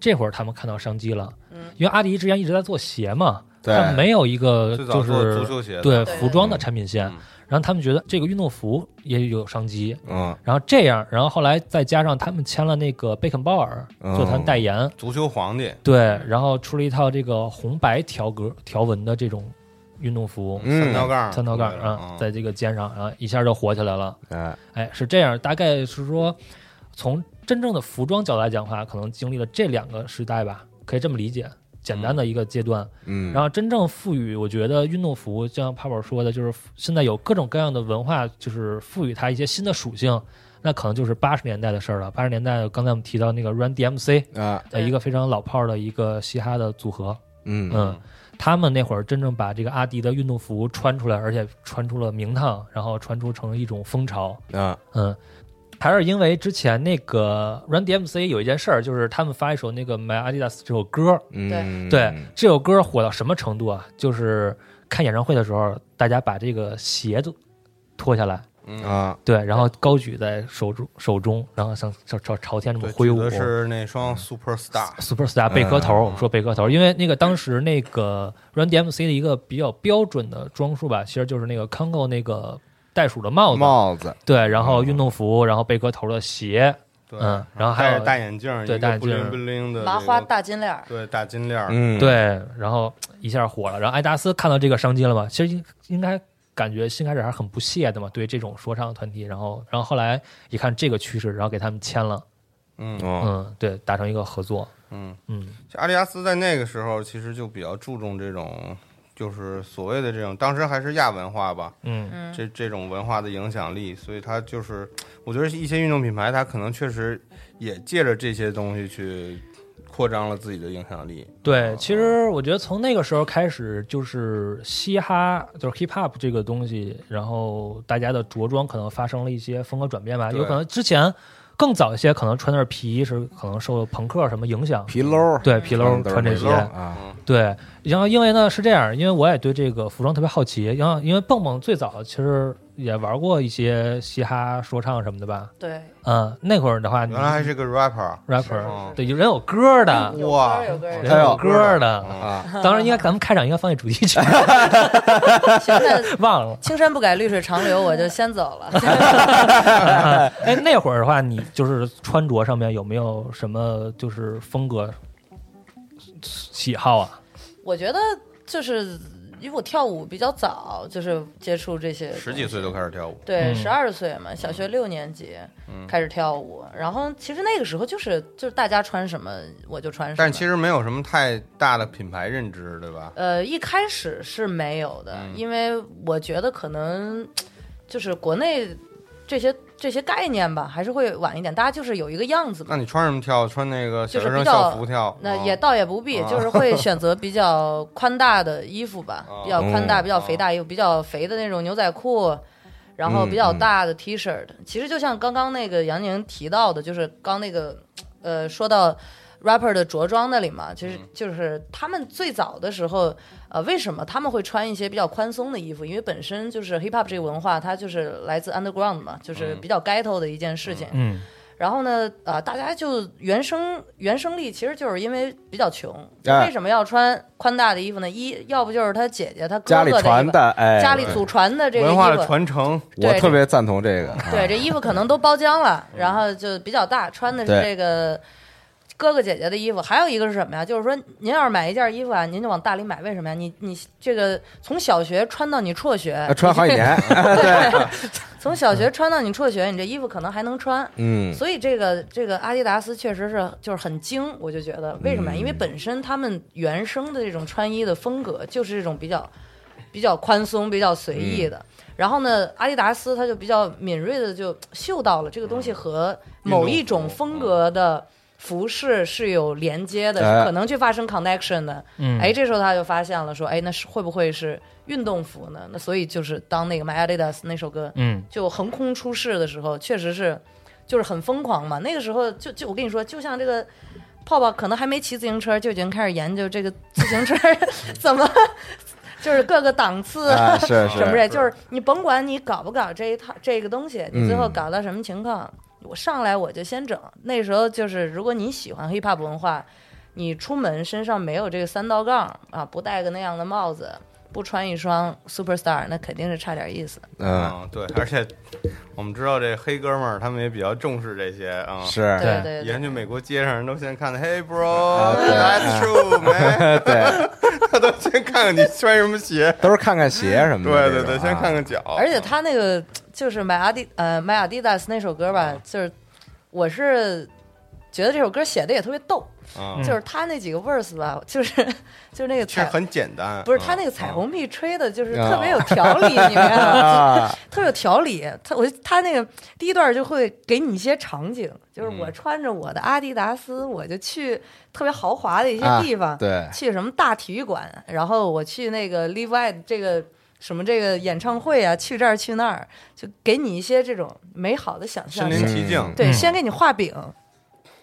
B: 这会儿他们看到商机了，因为阿迪之前一直在做鞋嘛，
D: 对
B: 但没有一个
C: 最
B: 就
C: 早做足
B: 是
C: 球鞋的。
B: 对
E: 对
B: 服装的产品线
C: 嗯。
B: 然后他们觉得这个运动服也有商机，
D: 嗯，
B: 然后这样，然后后来再加上他们签了那个贝肯鲍尔
C: 哦
D: 嗯
B: 做他们代言，
C: 足球皇帝，
B: 对，然后出了一套这个红白条格条纹的这种运动服，
D: 嗯
C: 三道杠，
B: 三道杠
C: 对
B: 啊，
C: 嗯
B: 在这个肩上啊，一下就火起来了。
D: 哎，
B: 哎，是这样，大概是说，从真正的服装角度来讲的话，可能经历了这两个时代吧，可以这么理解，简单的一个阶段。
D: 嗯，
B: 然后真正赋予，我觉得运动服，就像泡泡说的，就是现在有各种各样的文化，就是赋予它一些新的属性。那可能就是八十年代的事儿了。八十年代，刚才我们提到那个 Run DMC，
D: 啊，
B: 呃，
E: 对
B: 一个非常老炮儿的一个嘻哈的组合。
D: 嗯，
B: 嗯，他们那会儿真正把这个阿迪的运动服穿出来，而且穿出了名堂，然后穿出成一种风潮。
D: 啊，
B: 嗯，还是因为之前那个 Run DMC 有一件事儿，就是他们发一首那个 My Adidas 这首歌，
D: 嗯，
B: 对、这首歌火到什么程度啊？就是看演唱会的时候，大家把这个鞋都脱下来，
D: 啊，
B: 对，然后高举在手中手中，然后向朝朝朝天这么
C: 对，
B: 挥
C: 举
B: 舞嗯
C: 的。是那双 Super Star。
B: Superstar 贝壳头，
D: 嗯
B: 我们说贝壳头，因为那个当时那个 Run DMC 的一个比较标准的装束吧，其实就是那个 Congo 那个袋鼠的帽子，
D: 帽子，
B: 对，然后运动服，然后贝壳头的鞋，
C: 对，
B: 嗯然后还有
C: 戴着大眼镜儿，
B: 对
C: 一个
B: 大眼镜儿
C: 不灵不灵的
E: 麻
C: 这个
E: 花，大金链儿，
C: 对大金链儿，
D: 嗯，
B: 对，然后一下火了。然后艾达斯看到这个商机了嘛？其实应应该感觉新开始还是很不屑的嘛，对这种说唱团体。然后，然后后来一看这个趋势，然后给他们签了，
C: 嗯
D: 嗯
B: 嗯，对，达成一个合作，
C: 嗯，
B: 嗯，
C: 阿迪达斯在那个时候其实就比较注重这种，就是所谓的这种，当时还是亚文化吧，
B: 嗯，
E: 嗯
C: 这这种文化的影响力，所以它就是，我觉得一些运动品牌，它可能确实也借着这些东西去扩张了自己的影响力。
B: 对，其实我觉得从那个时候开始，就是嘻哈，就是 hip hop 这个东西，然后大家的着装可能发生了一些风格转变吧。
C: 对
B: 有可能之前更早一些，可能穿的是皮，是可能受朋克什么影响，
D: 皮褛，
B: 对，皮褛穿这
D: 皮
B: 些
D: 褛，啊，
B: 对，然后因为呢是这样，因为我也对这个服装特别好奇，然后因为蹦蹦最早其实也玩过一些嘻哈说唱什么的吧，
E: 对，
B: 嗯，那会儿的话，
C: 原来还是个 rapper，
B: rapper，
C: 嗯
B: 对，有人有歌的，
E: 有
C: 哇
E: 歌嗯有
A: 嗯
E: 歌有
B: 人
D: 哎呦
B: 有歌的，嗯
C: 啊，
B: 当然应该咱们开场应该放一主题曲，
E: 行，那
B: 忘了。
E: 青山不改，绿水长流，我就先走了。
B: 哎，那会儿的话，你就是穿着上面有没有什么就是风格喜好啊？
E: 我觉得就是因为我跳舞比较早，就是接触这些东西，
C: 十几嗯岁就开始 跳舞，
E: 对，
B: 嗯
E: 十二岁嘛，小学六年级
C: 嗯
E: 开始跳舞，然后其实那个时候就是就是大家穿什么我就穿什么，
C: 但其实没有什么太大的品牌认知，对吧？
E: 呃，一开始是没有的，
C: 嗯
E: 因为我觉得可能就是国内这些这些概念吧，还是会晚一点。大家就是有一个样子嘛，
C: 那你穿什么跳？穿那个小
E: 就是
C: 学生
E: 比较
C: 校服跳？
E: 那
C: 啊
E: 也倒也不必，
C: 啊
E: 就是会选择比较宽大的衣服吧，
C: 啊
E: 比较宽大、
C: 嗯
E: 比较肥大衣服，比较肥的那种牛仔裤，然后
D: 嗯
E: 比较大的 T 恤。其实就像刚刚那个杨宁提到的，就是刚那个呃说到 rapper 的着装那里嘛，其
C: 嗯
E: 实就是他们最早的时候，呃，为什么他们会穿一些比较宽松的衣服？因为本身就是 hip hop 这个文化，它就是来自 underground 嘛，就是
C: 嗯
E: 比较 ghetto 的一件事情。
B: 嗯，
E: 然后呢，啊，大家就原生原生力其实就是因为比较穷，
D: 哎
E: 为什么要穿宽大的衣服呢？一要不就是他姐姐他哥
D: 家
E: 哥
D: 里
E: 的衣服
D: 传的，哎，
E: 家里祖传的这个衣
C: 文
E: 服，
C: 化的传承，
D: 我
E: 对
D: 特别赞同这个，啊
E: 对，这衣服可能都包浆了，然后就比较大，穿的是
D: 嗯对
E: 这个哥哥姐姐的衣服。还有一个是什么呀？就是说，您要是买一件衣服啊，您就往大里买，为什么呀？你你这个从小学穿到你辍学
D: 啊，穿好几 年，
E: 从小学穿到你辍学，你这衣服可能还能穿。
D: 嗯，
E: 所以这个这个阿迪达斯确实是就是很精，我就觉得为什么呀？因为本身他们原生的这种穿衣的风格就是这种比较比较宽松、比较随意的。然后呢，阿迪达斯他就比较敏锐的就嗅到了这个东西和某一种风格的服饰是有连接的，
D: 哎
E: 是可能去发生 connection 的。
B: 嗯
E: 哎，这时候他就发现了，说，哎，那是会不会是运动服呢？那所以就是当那个 My Adidas 那首歌，
B: 嗯，
E: 就横空出世的时候，确实是就是很疯狂嘛。那个时候就就我跟你说，就像这个泡泡可能还没骑自行车，就已经开始研究这个自 行车怎么就是各个档次。
D: 啊，是是
E: 什么人？就是你甭管你搞不搞这一套这个东西，你最后
D: 嗯
E: 搞到什么情况，我上来我就先整。那时候就是，如果你喜欢 hip hop 文化，你出门身上没有这个三道杠啊，不戴个那样的帽子，不穿一双 superstar，那肯定是差点意思。
D: 嗯，
C: 啊对，而且我们知道这黑哥们儿他们也比较重视这些啊。
D: 是，
E: 对
B: 对
E: 对对
C: 沿去美国街上人都先看，Hey
D: 啊对
C: bro，that's true man，
D: 对，
C: 他 都先看看你穿什么鞋。
D: 都是看看鞋什么
C: 对
D: 的这
C: 对
D: 种
C: 对，
D: 啊，
C: 先看看脚。
E: 而且他那个就是买阿迪呃买阿迪达斯那首歌
C: 嗯
E: 吧，就是我是觉得这首歌写的也特别逗，
C: 啊，
E: 就是他那几个 verse 吧，就是就是那个
C: 其实
E: 彩
C: 很简单。
E: 不是他
C: 嗯
E: 那个彩
C: 嗯
E: 虹屁吹的，就是
D: 啊
E: 特别有条理，你明 白吗？
D: 啊，
E: 特别有条理。他我他那个第一段就会给你一些场景，就是
C: 嗯
E: 我穿着我的阿迪达斯，我就去特别豪华的一些
D: 啊
E: 地方，
D: 对，
E: 去什么大体育馆，然后我去那个 Levi 这个什么这个演唱会啊，去这儿去那儿，就给你一些这种美好的想象
C: 身
E: 力。
C: 临其境。
E: 对，
B: 嗯
E: 先给你画饼，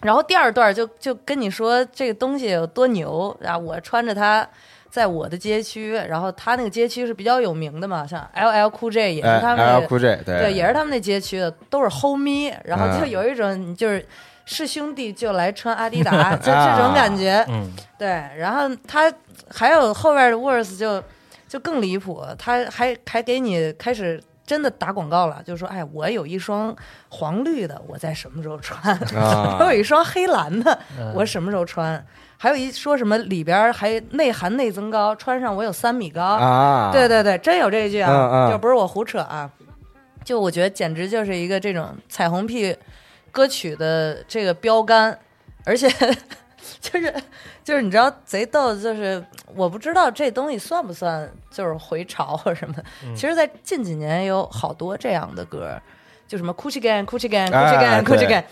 E: 然后第二段就就跟你说这个东西有多牛啊！我穿着它在我的街区，然后他那个街区是比较有名的嘛，像 LL Cool J 也
D: 哎
E: 是他们那
D: ，L
E: 个
D: Cool J，对
E: 对，也是他们那街区的，都是 homie，然后就
D: 嗯
E: 有一种你就是是兄弟就来穿阿迪达， 就这种感觉。
D: 啊
B: 嗯，
E: 对，然后他还有后边的 words 就就更离谱，他还还给你开始真的打广告了，就说哎，我有一双黄绿的，我在什么时候穿？
D: 啊
E: 我有一双黑蓝的，
B: 嗯
E: 我什么时候穿？还有一说什么里边儿还内含内增高，穿上我有三米高。
D: 啊，
E: 对对对，真有这一句
D: 嗯
E: 啊，
D: 嗯
E: 就不是我胡扯啊。就我觉得简直就是一个这种彩虹屁歌曲的这个标杆，而且 就是就是你知道贼逗，就是我不知道这东西算不算就是回潮或什么。
D: 嗯
E: 其实，在近几年有好多这样的歌，就什么 Gucci Gang、Gucci Gang、Gucci
D: 哎
E: Gang、Gucci
D: 对
E: Gang，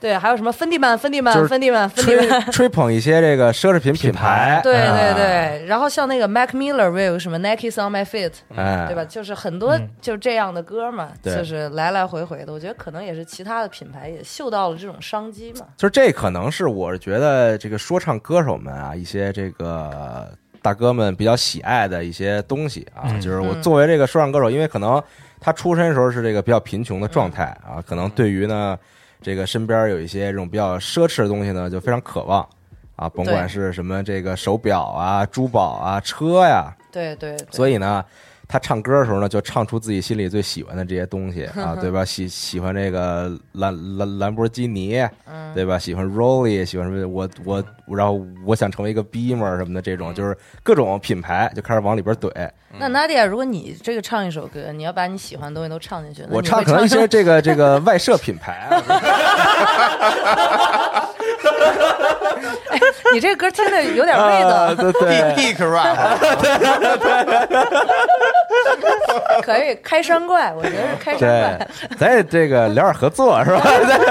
E: 对，还有什么芬迪曼、芬迪
D: 就
E: 曼、
D: 是
E: 芬迪曼、芬迪曼
D: 吹。吹捧一些这个奢侈品品牌，
E: 对对
D: 啊，
E: 对，然后像那个 Mac Miller 不也有什么 Nike's on my feet，
D: 哎，
E: 对吧？？就是很多
B: 嗯
E: 就这样的歌嘛，
D: 对
E: 就是来来回回的。我觉得可能也是其他的品牌也嗅到了这种商机嘛。
D: 就是这可能是我觉得这个说唱歌手们啊，一些这个大哥们比较喜爱的一些东西啊。
B: 嗯
D: 就是我
E: 嗯
D: 作为这个说唱歌手，因为可能他出身的时候是这个比较贫穷的状态啊，可能对于呢这个身边有一些这种比较奢侈的东西呢，就非常渴望啊，甭管
E: 对
D: 是什么这个手表啊、珠宝啊、车呀、
E: 对对对，
D: 所以呢，他唱歌的时候呢，就唱出自己心里最喜欢的这些东 西啊，对吧？喜喜欢这个兰兰兰博基尼，
E: 嗯
D: 对吧？喜欢 Rolly，喜欢什么？我我然后我想成为一个 Beamer 什么的，这种就是各种品牌就开始往里边怼。
E: 嗯
D: 嗯
E: 那 Nadia，如果你这个唱一首歌，你要把你喜欢的东西都唱进去，那
D: 我
E: 你会
D: 可能一
E: 什
D: 些
E: 么
D: 这个这个外设品牌 啊，
E: 你这个歌听着有点味道，
D: 啊对 对
C: Peak Rap，
E: 可以开山怪，我觉得是开山怪。
D: 对，咱也这个聊点合作是吧？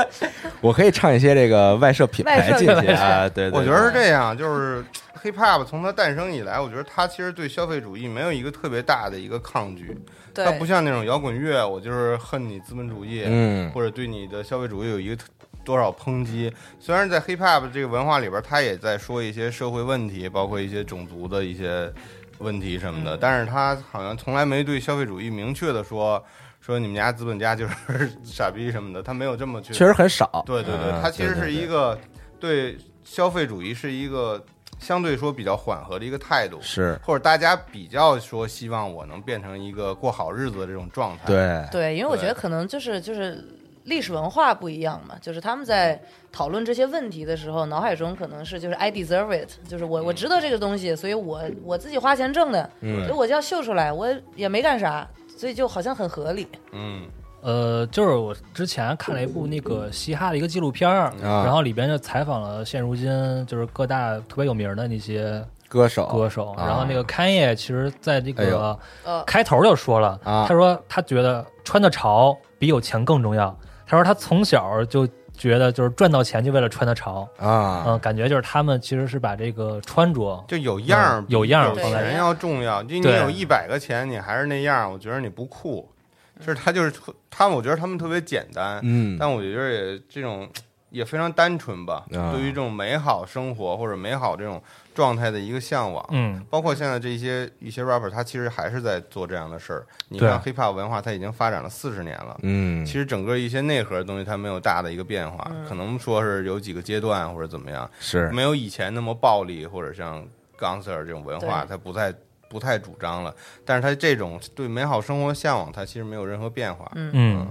D: 对我可以唱一些这个外设品牌进去啊，对，对
C: 我觉得是这样，就是 Hip Hop 从它诞生以来，我觉得它其实对消费主义没有一个特别大的一个抗拒，它
E: 对
C: 不像那种摇滚乐，我就是恨你资本主义，
D: 嗯
C: 或者对你的消费主义有一个特多少抨击。虽然在 hip hop 这个文化里边，它也在说一些社会问题，包括一些种族的一些问题什么的，但是它好像从来没对消费主义明确的说说你们家资本家就是 傻逼什么的，它没有这么去。
D: 确实很少，
C: 对对对，
D: 嗯
C: 它其实
D: 对对
C: 是一个对消费主义是一个相对说比较缓和的一个态度。
D: 是，
C: 或者大家比较说希望我能变成一个过好日子的这种状态，
D: 对。
E: 对，因为我觉
C: 对
E: 得可能就是就是历史文化不一样嘛，就是他们在讨论这些问题的时候，脑海中可能是就是 I deserve it，就是我
C: 嗯
E: 我值得这个东西，所以我我自己花钱挣的，所以我就要秀出来，我也没干啥，所以就好像很合理。
C: 嗯，
B: 呃，就是我之前看了一部那个嘻哈的一个纪录片儿，
D: 啊
B: 然后里边就采访了现如今就是各大特别有名的那些
D: 歌手，
B: 歌手，
D: 啊
B: 然后那个 Kanye 其实在这
D: 哎
B: 个
D: 呦
E: 呃，
B: 开头就说了，
D: 啊
B: 他说他觉得穿得潮比有钱更重要，他说他从小就觉得就是赚到钱就为了穿得潮，
D: 啊，
B: 嗯，感觉就是他们其实是把这个穿着
C: 就有样儿
B: 嗯
C: 比，
B: 有样儿
C: 有
E: 放在
C: 钱要重要。就你
B: 对
C: 有一百个钱，你还是那样儿，我觉得你不酷。就是他就是特他们，我觉得他们特别简单，
D: 嗯
C: 但我觉得也这种也非常单纯吧。
D: 啊
C: 对于这种美好生活或者美好这种状态的一个向往，
B: 嗯
C: 包括现在这些一些 rapper，他其实还是在做这样的事儿。你
B: 对啊
C: 看 hiphop 文化，它已经发展了四十年了。
D: 嗯，
C: 其实整个一些内核的东西，它没有大的一个变化，
E: 嗯
C: 可能说是有几个阶段或者怎么样，
D: 是
C: 没有以前那么暴力，或者像 Gunster 这种文化，
E: 对
C: 他不太不太主张了。但是他这种对美好生活向往，他其实没有任何变化。
E: 嗯
B: 嗯，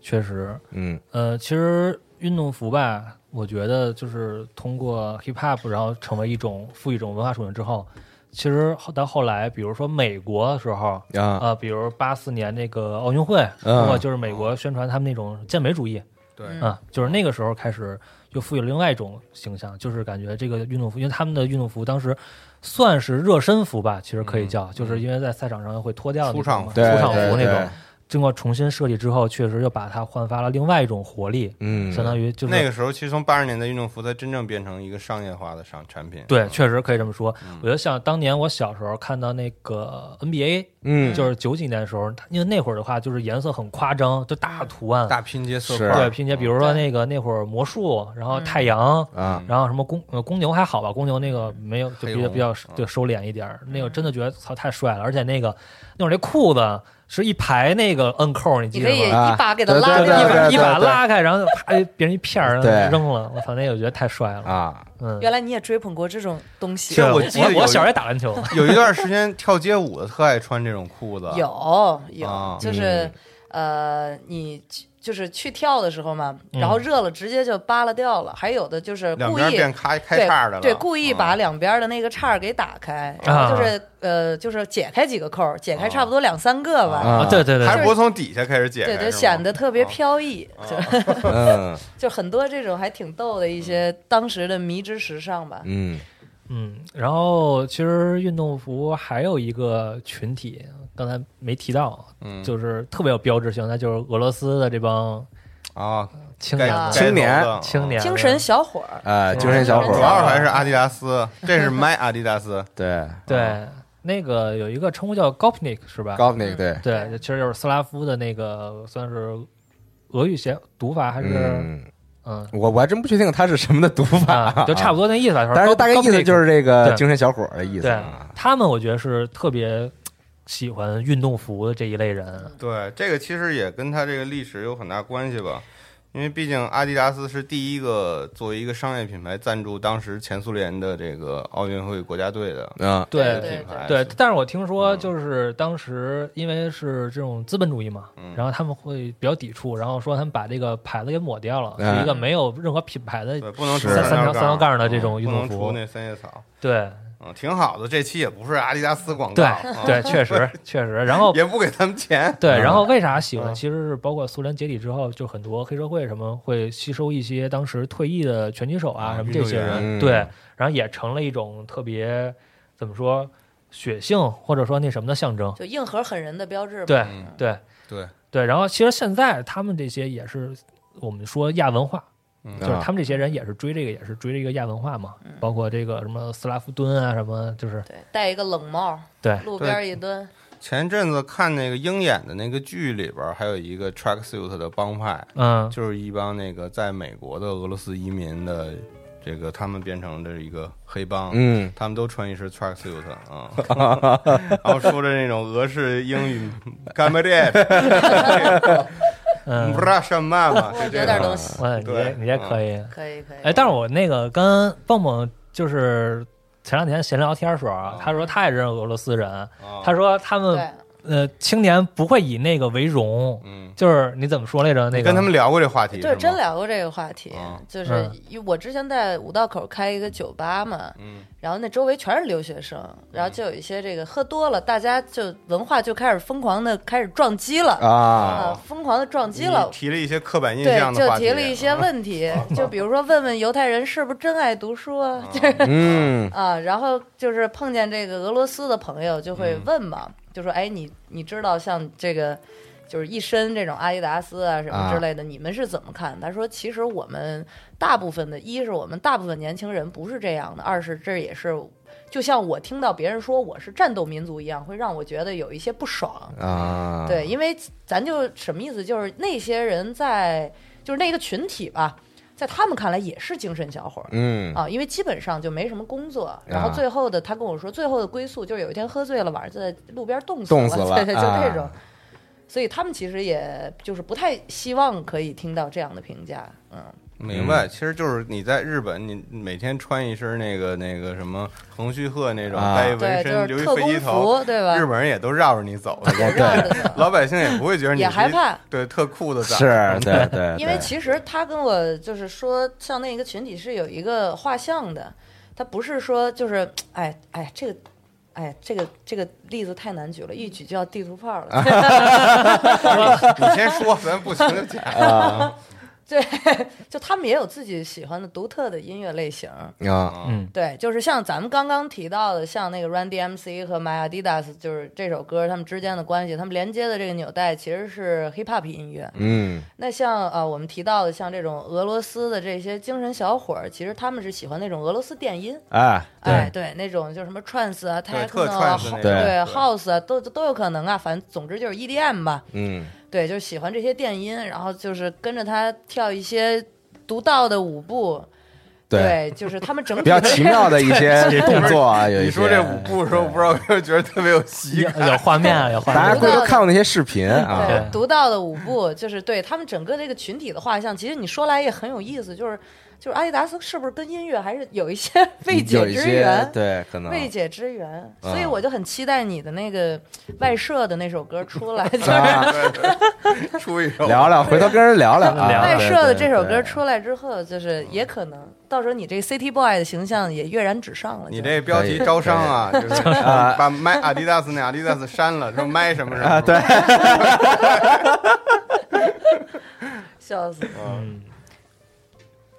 B: 确实，
D: 嗯
B: 呃，其实运动服吧，我觉得就是通过 hip hop，然后成为一种赋予一种文化属性之后，其实后到后来，比如说美国的时候，
D: 啊
B: 呃，比如八四年那个奥运会，
D: 嗯
B: 包括就是美国宣传他们那种健美主义，
C: 对
E: 嗯
B: 啊、就是那个时候开始又赋予了另外一种形象，就是感觉这个运动服，因为他们的运动服当时算是热身服吧，其实可以叫，就是因为在赛场上会脱掉的那
C: 嗯出
B: 种
C: 场
B: 嘛
C: 服
B: 出
D: 对
B: 场服
D: 对
B: 那
D: 对
B: 种。经过重新设计之后，确实又把它焕发了另外一种活力，
D: 嗯，
B: 相当于就是
C: 那个时候，其实从八十年代运动服，它真正变成一个商业化的商产品。嗯
B: 对，确实可以这么说。我觉得像当年我小时候看到那个 NBA，
D: 嗯
B: 就是九几年的时候，它因为那会儿的话就是颜色很夸张，就大图案，
C: 嗯大拼接色
D: 是
C: 块
B: 对
C: 儿，嗯
B: 拼接，比如说那个那会儿魔术，然后太阳，
D: 啊
B: 然后什么公呃公牛还好吧，公牛那个没有就比
C: 黑
B: 较
C: 龙
D: 嗯
B: 比较收对收敛一点儿，那个真的觉得操太帅了，而且那个那会儿那裤子是一排那个摁扣，你记
E: 你
B: 得
E: 可以
B: 吗？
D: 啊
E: 一把给它
D: 对
E: 拉
D: 对
B: 一
D: 对对
E: 开
B: 把
D: 对。
B: 一把拉开，然后啪，哎别人一片儿
D: 对
B: 扔了，我操，那个我觉得太帅了，
D: 啊，
B: 嗯，
E: 原来你也追捧过这种东
C: 其
E: 西
C: 实，我
B: 我
C: 记得有
B: 我小时候也打篮
D: 啊
B: 球，
C: 有一段时间跳街舞的特爱穿这种裤子，
E: 有有
C: 啊，
E: 就是
D: 嗯
E: 呃，你去就是去跳的时候嘛，然后热了直接就扒拉掉了，还有的就是
C: 两
E: 故
C: 边
E: 意
C: 变开开
E: 对
C: 叉的了，
E: 对，故意把
C: 嗯啊
E: 两边的那个叉儿给打开，然后就是呃，就是解开几个扣儿，解开差不多两三个吧，
D: 啊
B: 啊对对对，
C: 还是不是从底下开始解开
E: 对
C: 是吗，
E: 对，显得特别
C: 啊
E: 飘逸，就
D: 嗯
E: 就很多这种还挺逗的一些
C: 嗯
E: 当时的迷之时尚吧。
D: 嗯
B: 嗯，然后其实运动服还有一个群体，刚才没提到，
C: 嗯
B: 就是特别有标志性，那就是俄罗斯的这帮
C: 啊，
B: 青
C: 盖
B: 年
E: 啊
C: 盖
D: 青年
C: 头的
B: 青年
E: 精神小伙
C: 嗯
E: 儿，
D: 啊，精神小伙
C: 主
D: 儿
C: 要还是阿迪达斯，这是 My 阿迪达斯，
D: 对
B: 对那个有一个称呼叫 Gopnik 是吧？
D: 啊高那个对，
B: 对，就其实就是斯拉夫的那个算是俄语写读法还是
D: 嗯，
B: 嗯
D: 我我还真不确定他是什么的读法，
B: 啊，就差不
D: 多。
B: 多那意思吧。反正
D: 但是大概意思
B: Gopnik
D: 就是这个
B: 对
D: 精神小伙儿的意思
B: 对
D: 啊，
B: 他们，我觉得是特别喜欢运动服的这一类人。
C: 对，这个其实也跟它这个历史有很大关系吧，因为毕竟阿迪达斯是第一个作为一个商业品牌赞助当时前苏联的这个奥运会国家队的
D: 嗯
B: 对
E: 对
C: 品牌，
B: 对，但是我听说
C: 嗯
B: 就是当时因为是这种资本主义嘛，
C: 嗯
B: 然后他们会比较抵触，然后说他们把这个牌子给抹掉了，
D: 哎
B: 是一个没有任何品牌的
C: 对，不能出
D: 是
C: 三
B: 三条
C: 条
B: 三条杠的这
C: 嗯
B: 种运
C: 不
B: 动
C: 能
B: 服
C: 出，那三叶草，
B: 对
C: 嗯，挺好的，这期也不是阿迪达斯广告，
D: 啊
B: 对
C: 嗯
B: 对，确 实确实。然后
C: 也不给他们钱，
B: 对，
D: 嗯
B: 然后为啥喜欢？
C: 嗯
B: 其实是包括苏联解体之后，就很多黑社会什么会吸收一些当时退役的拳击手啊，
C: 啊
B: 什么这些
D: 运动员
B: 人，
D: 嗯
B: 对，然后也成了一种特别怎么说血性或者说那什么的象征。
E: 就硬核狠人的标志吧。
B: 对
C: 嗯
B: 对
C: 对
B: 对，然后其实现在他们这些也是我们说亚文化，
C: 嗯
D: 啊
B: 就是他们这些人也是追这个，也是追这个亚文化嘛，包括这个什么斯拉夫蹲啊，什么就是
E: 对，戴一个冷帽，
B: 对
E: 路边一蹲，
C: 前阵子看那个鹰眼的那个剧里边儿，还有一个 tracksuit 的帮派，
B: 嗯
C: 就是一帮那个在美国的俄罗斯移民的，这个他们变成的一个黑帮，
D: 嗯，
C: 他们都穿一身 tracksuit 啊，然后说着那种俄式英语 c a m e r a d
B: 嗯
C: b，r a s h a m a m
E: 我
C: 就
E: 有
C: 啊这
E: 点
C: 种。
E: 东西。
B: 我你
C: 对
B: 也你也
D: 嗯
B: 可以。
E: 可以可以。
B: 哎，但是我那个跟蹦蹦就是前两天闲聊天的时候啊
C: 啊，
B: 他说他也认识俄罗斯人，
C: 啊
B: 他说他们
E: 对，
B: 呃青年不会以那个为荣，
C: 嗯，
B: 就是你怎么说来着？那个
C: 跟他们聊过这话题，
E: 对，真
C: 聊，
E: 聊过这个话题
C: 啊，
E: 就是
B: 嗯
E: 因为我之前在五道口开一个酒吧嘛，
C: 嗯
E: 然后那周围全是留学生，然后就有一些这个喝多了，大家就文化就开始疯狂的开始撞击了，
D: 啊，
E: 啊，疯狂的撞击了
C: 你，提了一些刻板印
E: 对
C: 象，的
E: 就
C: 话题，啊
E: 提了一些问题，就比如说问问犹太人是不是真爱读书啊，
D: 嗯
E: 啊，然后就是碰见这个俄罗斯的朋友就会问嘛，就说哎，你你知道像这个就是一身这种阿迪达斯啊什么之类的，你们是怎么看？他说，其实我们大部分的，一是我们大部分年轻人不是这样的，二是这也是。就像我听到别人说我是战斗民族一样，会让我觉得有一些不爽。
D: 啊，
E: 对，因为咱就什么意思？就是那些人在，就是那个群体吧，在他们看来也是精神小伙儿。
D: 嗯
E: 啊，因为基本上就没什么工作，然后
D: 啊
E: 最后的他跟我说，最后的归宿就是有一天喝醉了，晚上就在路边冻死
D: 冻死了
E: 对对，就这种
D: 啊。
E: 所以他们其实也就是不太希望可以听到这样的评价，嗯，
C: 明白，其实就是你在日本，你每天穿一身那个那个什么横须贺那种，
D: 啊
C: 带一纹
E: 对，
C: 身，
E: 就
C: 留
E: 是
C: 一
E: 特
C: 飞
E: 工
C: 机头，
E: 服，对吧？
C: 日本人也都绕着你走的，
E: 也绕着走
C: 老百姓也不会觉得你
E: 也
C: 是
E: 害
C: 一
E: 怕，
C: 对，特酷的仔，
D: 是，对对，
E: 因为其实他跟我就是说，像那个群体是有一个画像的，他不是说就是，哎哎，这个，哎这个这个例子太难举了，一举就要地图炮了。
C: 你先说，咱不行就讲啊，
E: 对，就他们也有自己喜欢的独特的音乐类型。
D: 对啊，
C: 嗯
B: 嗯
E: 对，就是像咱们刚刚提到的，像那个 Run DMC 和 My Adidas，就是这首歌他们之间的关系，他们连接的这个纽带其实是 hip hop 音乐。
D: 嗯
E: 那像呃我们提到的，像这种俄罗斯的这些精神小伙儿，其实他们是喜欢那种俄罗斯电音，
D: 哎，
E: 哎，对，那种就什么 trance 啊、
C: 对
E: techno
C: 特
E: 啊
C: trance 那种
D: 对
E: 对
C: 对
E: house 啊，都都有可能啊，反正总之就是 EDM 吧。
D: 嗯
E: 对，就是喜欢这些电音，然后就是跟着他跳一些独到的舞步，
D: 对，
E: 对，就是他们整体
D: 比较奇妙的一些动作啊，
B: 嗯
D: 有一些。
C: 你说这五步的时候，不知道为什么觉得特别有喜
B: 有
C: 感。
B: 有画面啊，有画
D: 大家
B: 面。
D: 回头看过那些视频啊，
B: 对
E: 对，独到的舞步 就是对他们整个这个群体的画像。其实你说来也很有意思，就是就是阿迪达斯是不是跟音乐还是有一些 未
D: 有
E: 解
D: 一
E: 之
D: 些
E: 缘？
D: 对，啊可能
E: 未解之缘，
D: 嗯
E: 所以我就很期待你的那个外设的那首歌出 来，就是
D: 啊，
C: 出一首，
D: 聊聊，回头跟人聊聊啊。
B: 聊
E: 外
B: 聊
D: 对
E: 设的
D: 对
E: 这首
D: 对
E: 歌出来之后，就是也可能到时候你这 City Boy 的形象也跃然纸上了。
C: 你
E: 就
C: 这标题招商啊，就是
D: 啊
C: 把麦阿迪达斯那阿迪达斯删了，说麦什么什
D: 啊，
C: 么。
D: 对，
E: 笑死，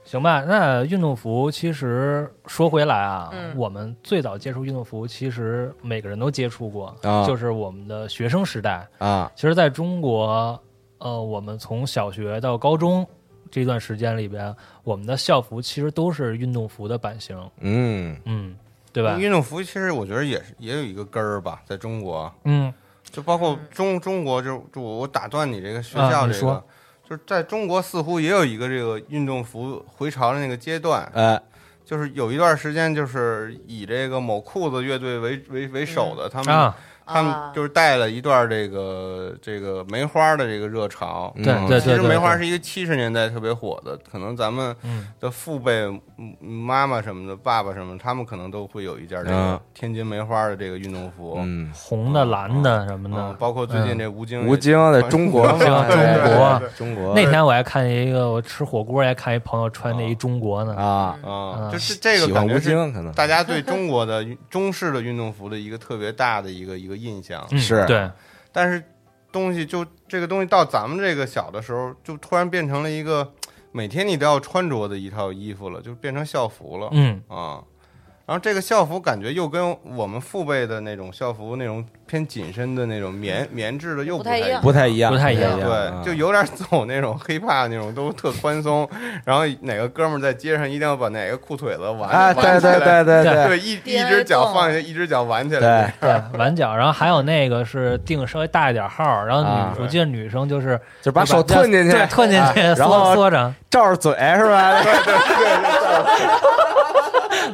B: 行吧，那运动服其实说回来啊，
E: 嗯
B: 我们最早接触运动服，其实每个人都接触过，
D: 啊
B: 就是我们的学生时代。
D: 啊，
B: 其实在中国，呃，我们从小学到高中这段时间里边，我们的校服其实都是运动服的版型，
D: 嗯，
B: 嗯，对吧？
C: 运动服其实我觉得也是也有一个根儿吧，在中国，
B: 嗯，
C: 就包括中中国就，就我我打断你这个学
B: 啊
C: 校
B: 你
C: 这个，
B: 说
C: 就是在中国似乎也有一个这个运动服回潮的那个阶段，
D: 呃，
C: 就是有一段时间就是以这个某裤子乐队为为为首的，他们、
B: 啊，
C: 他
E: 啊
C: 们就是带了一段这个这个梅花的这个热潮。
D: 嗯
B: 对对对
C: 其
B: 对，
C: 实梅花
B: 对
C: 是一个七十年代特别火的，可能咱们
B: 嗯
C: 的父辈、嗯妈妈什么的、爸爸什么的，他们可能都会有一件这
D: 嗯
C: 个天津梅花的这个运动服。
D: 嗯，
B: 红的、蓝的什么
C: 嗯
B: 的，
C: 包括最近这吴京也，啊
D: 吴京 的中国，
C: 中国
D: 对中国
B: 那天我还看见一个，我吃火锅也看一朋友穿那一中国呢，
D: 啊，
C: 啊，
B: 嗯
C: 就是这个
D: 喜欢
C: 感
D: 吴
C: 觉是
D: 京可能
C: 大家对中国的 运中式的运动服的一个特别大的一个一个印象。
B: 嗯
D: 是啊
B: 对，
C: 但是东西就这个东西到咱们这个小的时候，就突然变成了一个每天你都要穿着的一套衣服了，就变成校服了
B: 嗯，
C: 啊。然后这个校服感觉又跟我们父辈的那种校服那种偏紧身的那种棉棉质的又
E: 不
C: 太
E: 太一
D: 嗯
E: 样
D: 不太一样，啊
B: 不太一样
C: 对，就有点走那种黑怕那种，都特宽松。 然后哪个哥们儿在街上一定要把哪个裤腿子挽
D: 啊，对
C: 挽起
D: 对
C: 来，
D: 对对对
C: 对，一一只脚放下，一只脚挽起来
D: 对，，
B: 对，挽脚，然后还有那个是定稍微大一点号儿，然后
D: 啊
B: 女，我记得女生就是
D: 就把手
B: 要
D: 吞进去，
B: 对，吞进去，
D: 啊然
B: 缩
D: 后
B: 缩着，
D: 照着嘴是吧？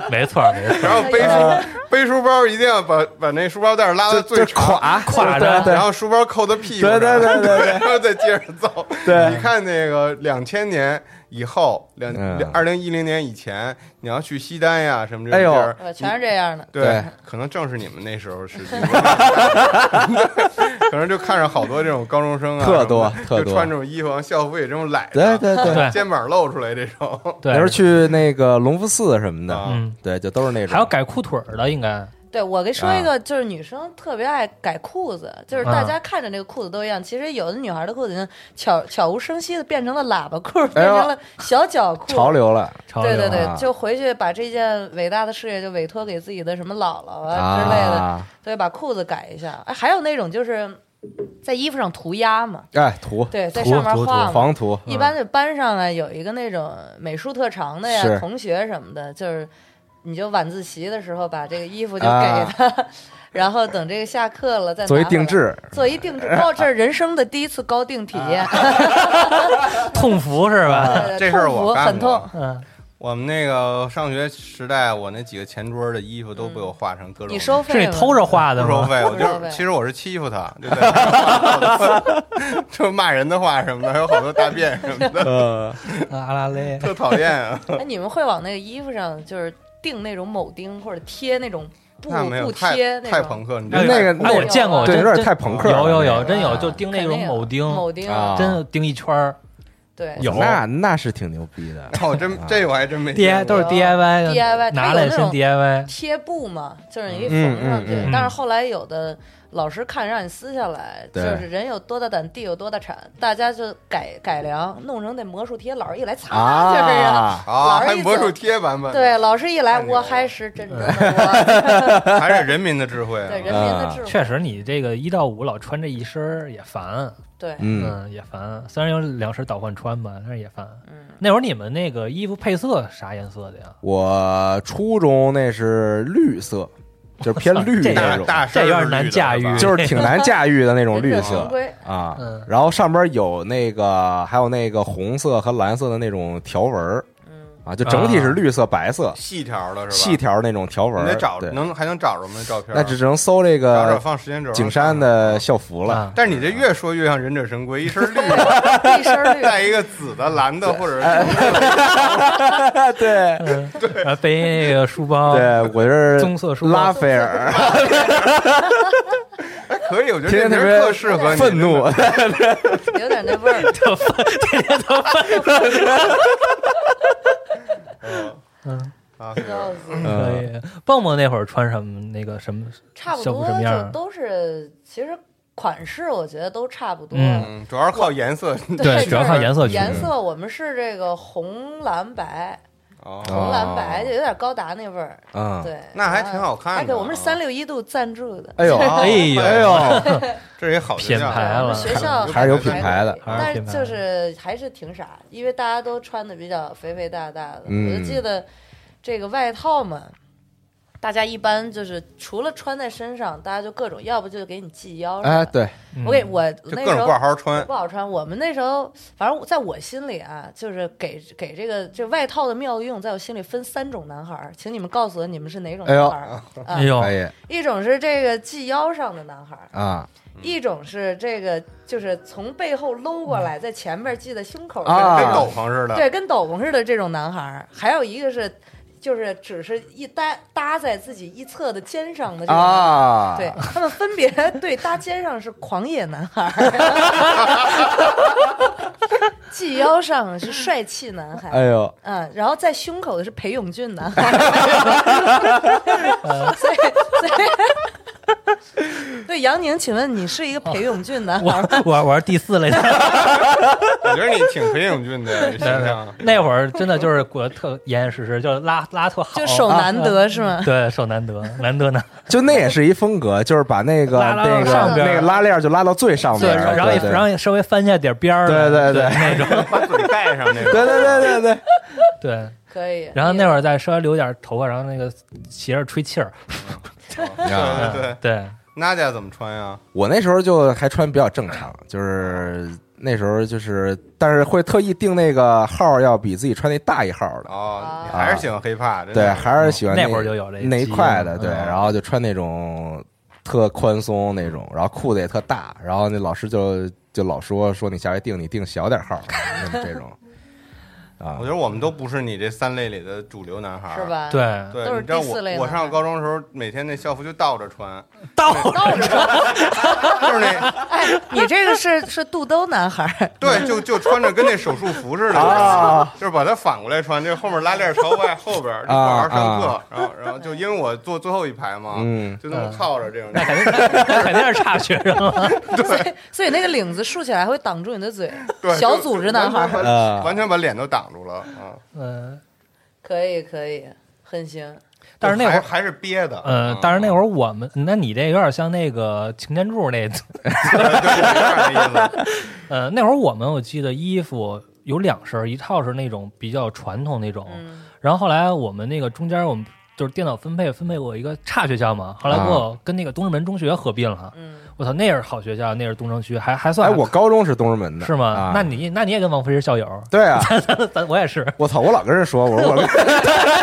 B: 没错儿，没错儿，
C: 然后背书背书包一定要把把那书包带儿拉到
D: 哎就
C: 最
D: 就
C: 长，
D: 垮
B: 垮着
D: 对
C: 然
D: 对
C: 后书包扣在屁股
D: 对
C: 上，
D: 对对对对
C: 然后再接着走。
D: 对
C: 你看那个两千年以后，两
D: 嗯
C: 二零一零年以前，你要去西单呀什么这
D: 哎
C: 种
D: 呦
C: 地儿，
E: 呃全是这样的。
C: 对
D: 对，
C: 可能正是你们那时候时 期，可能就看着好多这种高中生啊，
D: 特多
C: 什么的
D: 特多
C: 就穿这种衣服，校服也这么揽
D: 对
C: 着，
D: 对对
B: 对
C: 肩膀露出来这种，
B: 对
D: 那时候去那个隆福寺什么
C: 啊
D: 的，
B: 嗯，
D: 对，就都是那种，
B: 还有改裤腿儿的，应该
E: 对我跟你说一个，就是女生特别爱改裤子，就是大家看着那个裤子都一样，其实有的女孩的裤子已经悄悄无声息的变成了喇叭裤，变成了小脚裤，
D: 潮流了，
B: 潮流
E: 对对
D: 啊
E: 对，就回去把这件伟大的事业就委托给自己的什么姥姥啊之类的，
D: 啊，
E: 对，把裤子改一下。哎，还有那种就是在衣服上涂鸦嘛，
D: 哎，涂
E: 对，在
B: 涂
E: 上面
B: 涂涂
E: 画嘛。嗯
D: 黄涂，
E: 一般就班上呢有一个那种美术特长的
D: 是
E: 呀，同学什么的，就是你就晚自习的时候把这个衣服就给
D: 啊
E: 他，然后等这个下课了再拿
D: 作为
E: 回
D: 定
E: 来，
D: 制，
E: 做一定制。哦，这是人生的第一次高定
B: 啊
E: 体验，
B: 痛服是吧？
E: 呃
C: 这事儿我
E: 痛苦
C: 干
E: 很
C: 过
E: 痛。
B: 嗯，
C: 我们那个上学时代，我那几个前桌的衣服都被我画成各种。
E: 嗯你收
B: 是
E: 费
B: 你
E: 吗？
B: 偷着画的
C: 不收
B: 吗？
C: 费，我
E: 不收
C: 就
E: 费
C: 其实我是欺负他，就在 就骂人的话什么的，还有好多大便什么 的，
D: 呃，
B: 阿拉蕾，
C: 特讨厌啊。
E: 哎，你们会往那个衣服上就是钉那种铆钉，或者贴那种布
C: 那没有
E: 布
C: 太
E: 贴
C: 太
E: 种
C: 朋克，你
D: 那
C: 这
D: 个
C: 太
D: 那
B: 哎，
D: 个
B: 我见过，
D: 对，
B: 真
D: 有点
B: 真
D: 太朋克了，
B: 有有有，
D: 那个
B: 真有，
E: 啊
B: 就钉那
E: 肯
B: 种
E: 定
B: 铆钉，
E: 铆钉
D: 啊
B: 真的钉一圈儿，
E: 对
B: 有
D: 那那是挺牛逼的，
C: 我真这我还真没
B: D
C: 见
B: I
C: 过
B: 都是 D I Y 的
E: DIY
B: 拿来
E: 它有那
B: 先
E: 种
B: D I Y，
E: 贴布嘛，就是你可以
D: 嗯
E: 缝上去。
D: 嗯嗯
E: 但是后来有的老师看让你撕下来，就
D: 对
E: 是人有多大胆，地有多大产，大家就改改良，弄成那魔术贴。老师一来，擦， 就是呀。
D: 啊，
C: 啊，
E: 老师
C: 还
E: 一
C: 魔术
E: 走
C: 贴版本，
E: 对，，老师一来，嗯
C: 太牛了
E: 我还是真正的我，
C: 还是人民的智慧啊。
E: 对人民的
D: 嗯
E: 智慧，
B: 确实你这个一到五老穿这一身儿也烦，
E: 对，
D: 嗯，
B: 嗯，也烦。虽然有两身倒换穿吧，但是也烦。
E: 嗯
B: 那会儿你们那个衣服配色啥颜色的 呀？
D: 我初中那是绿色，就是偏绿
B: 这
D: 那
C: 大
D: 种，
C: 大
B: 这有点难驾驭
D: 就是挺难驾驭的那种绿
E: 忍者
D: 色
E: 神龟
D: 啊
B: 嗯。
D: 然后上边有那个，还有那个红色和蓝色的那种条纹儿
E: 嗯，
D: 啊，就整体是绿色、白色、
C: 细条的是吧？
D: 细条那种条纹
C: 你
D: 儿。
C: 得找
D: 对，
C: 能还能找着吗？那照片
D: 那只能搜这
C: 找找
D: 个
C: 放时间轴上
D: 景山的。校服了。
B: 啊
C: 但是你这越说越像忍者神龟，一 身绿的，
E: 一身绿，
C: 带一个紫的、蓝的，或者
D: 哎
C: 是
D: 对
B: 嗯，然后背那个书包，
D: 对，我是
B: 棕色书包
D: 拉斐尔，
C: 可以，我觉得 这
D: 天天
C: 名
D: 特
C: 儿
D: 别
C: 特适合你。
D: 愤怒，
E: 有点那味儿。
C: 啊！
E: 笑 死
B: 嗯可以。蹦蹦那会儿穿什么？那个什么？
E: 差不
B: 校服
E: 多
B: 什么样
E: 就
B: 儿？
E: 都是，其实款式我觉得都差不多。
B: 嗯
C: 嗯，主要是靠颜色。
B: 对主要看颜色区别
E: 颜色我们是这个红蓝白，
C: 哦，
E: 红蓝白就有点高达那味儿。
D: 嗯，
E: 对，
C: 那还挺好看的
E: 还给我们是三六一度赞助的，
D: 哎呦，
C: 哎呦
D: 哎呦，
C: 这是一好学校
B: 品牌啊
E: 我
B: 了
E: 们学校
D: 还是有品牌的
B: 还是有
E: 但
B: 品
E: 是
B: 牌的
E: 就是还是挺傻，因为大家都穿的比较肥肥大大的。
D: 嗯
E: 我就记得这个外套嘛，大家一般就是除了穿在身上，大家就各种，要不就给你系腰上。
D: 哎，对，
B: 嗯
E: 我给我
C: 就
E: 那
C: 各
E: 时
C: 种
E: 候
C: 挂号穿。
E: 不好穿。我们那时候，反正在我心里啊，就是给给这个这外套的妙用，在我心里分三种男孩儿，请你们告诉我你们是哪种
D: 哎呦
E: 男 孩儿、啊？
B: 哎呦，
D: 可以
E: 一种是这个系腰上的男孩儿，
D: 啊
E: 一种是这个就是从背后搂过来，在前面系在胸口上，
D: 啊
C: 跟斗篷似的，
E: 对，跟斗篷似的这种男孩儿。还有一个是，就是只是一搭搭在自己一侧的肩上的这种男孩儿。
D: 啊，
E: 对他们分别 对搭肩上是狂野男孩儿， 系腰上是帅气男孩，
D: 哎呦，
E: 嗯，然后在胸口的是裴勇俊男 孩儿，所以所以对杨宁，请问你是一个裴勇俊男孩儿吗？
B: 我我我是第四类 的。
C: 我觉得你挺裴勇俊的形
D: 啊
C: 象。
B: 那会儿真的就是裹得特严严实实，就是拉拉特好，
E: 就手难
B: 哦嗯
E: 得是吗？
B: 对手难得，难得呢。
D: 就那也是一风格，就是把那个
B: 拉到
D: 那
B: 上
D: 个
B: 边儿
D: 那个拉链就拉到最上
B: 对，
D: 边儿，
B: 然后也
D: 对
B: 然后也稍微翻下点边儿来，
D: 对对
B: 对
D: 对
B: 那 种
C: 把嘴盖上那
D: 对
C: 种，
D: 对对 对对，
B: 对。
E: 可以。
B: 然后那会
E: 儿
B: 儿再稍微留点头发，然后那个斜着吹气儿。
C: 对对对。
B: 对，
E: 啊
C: 娜姐怎么穿呀？
D: 啊我那时候就还穿比较正常，就是那时候就是，但是会特意定那个号要比自己穿那大一号的，
C: 哦，
E: 啊
C: 你还是喜欢黑怕，真
D: 对，
C: 的。
D: 还是喜欢
B: 那
D: 那
B: 会儿就有这个
D: 那一
B: 基因
D: 块的，对，
B: 嗯
D: 然后就穿那种特宽松那种，然后裤子也特大，然后那老师就就老说说你下回定你定小点号，那么这种啊
C: 我觉，得我们都不是你这三类里的主流男孩儿，
E: 是？吧？，
B: 对，
C: 对，
E: 都是
C: 你知道
E: 第四类
C: 我
E: 男
C: 我上
E: 孩
C: 高中的时候，每天那校服就倒着穿，
B: 倒
E: 倒着穿。
C: 就是那
E: 哎，你这个是是肚兜男孩儿，
C: 对，就就穿着跟那手术服似的，
D: 啊
C: 就是把它反过来穿，这后面拉链朝外后边儿，就好好上课，然后然后就因为我坐最后一排嘛，
D: 嗯
C: 就那么靠着这种，
B: 肯定是差学生了。
E: 所以所以那个领子竖起来会挡住你的嘴
C: 对，，
E: 小
C: 就
E: 组织男孩儿
C: 完。全
D: 啊
C: 把完全把脸都挡住了 啊！
B: 嗯，
E: 可以可以，很行。
B: 但是那会
C: 还
B: 儿。
C: 还是憋的，
B: 呃
C: 嗯，
B: 但是那会儿我们，那你这有点像那个擎天柱那，
C: 对，有点那意思，
B: 呃，那会儿我们我记得衣服有两身儿，一套是那种比较传统那种，
E: 嗯，
B: 然后后来我们那个中间我们就是电脑分配分配过一个差学校嘛，后来跟我跟那个东直门中学合并了。
E: 嗯，
B: 我操，那是好学校，那是东城区，还还
D: 哎，
B: 算
D: 我高中是东直门的，
B: 是吗？
D: 啊？
B: 那你那你也跟王菲是 校友
D: 对啊，
B: 咱我也是，
D: 我操，我老跟人说，我说 我跟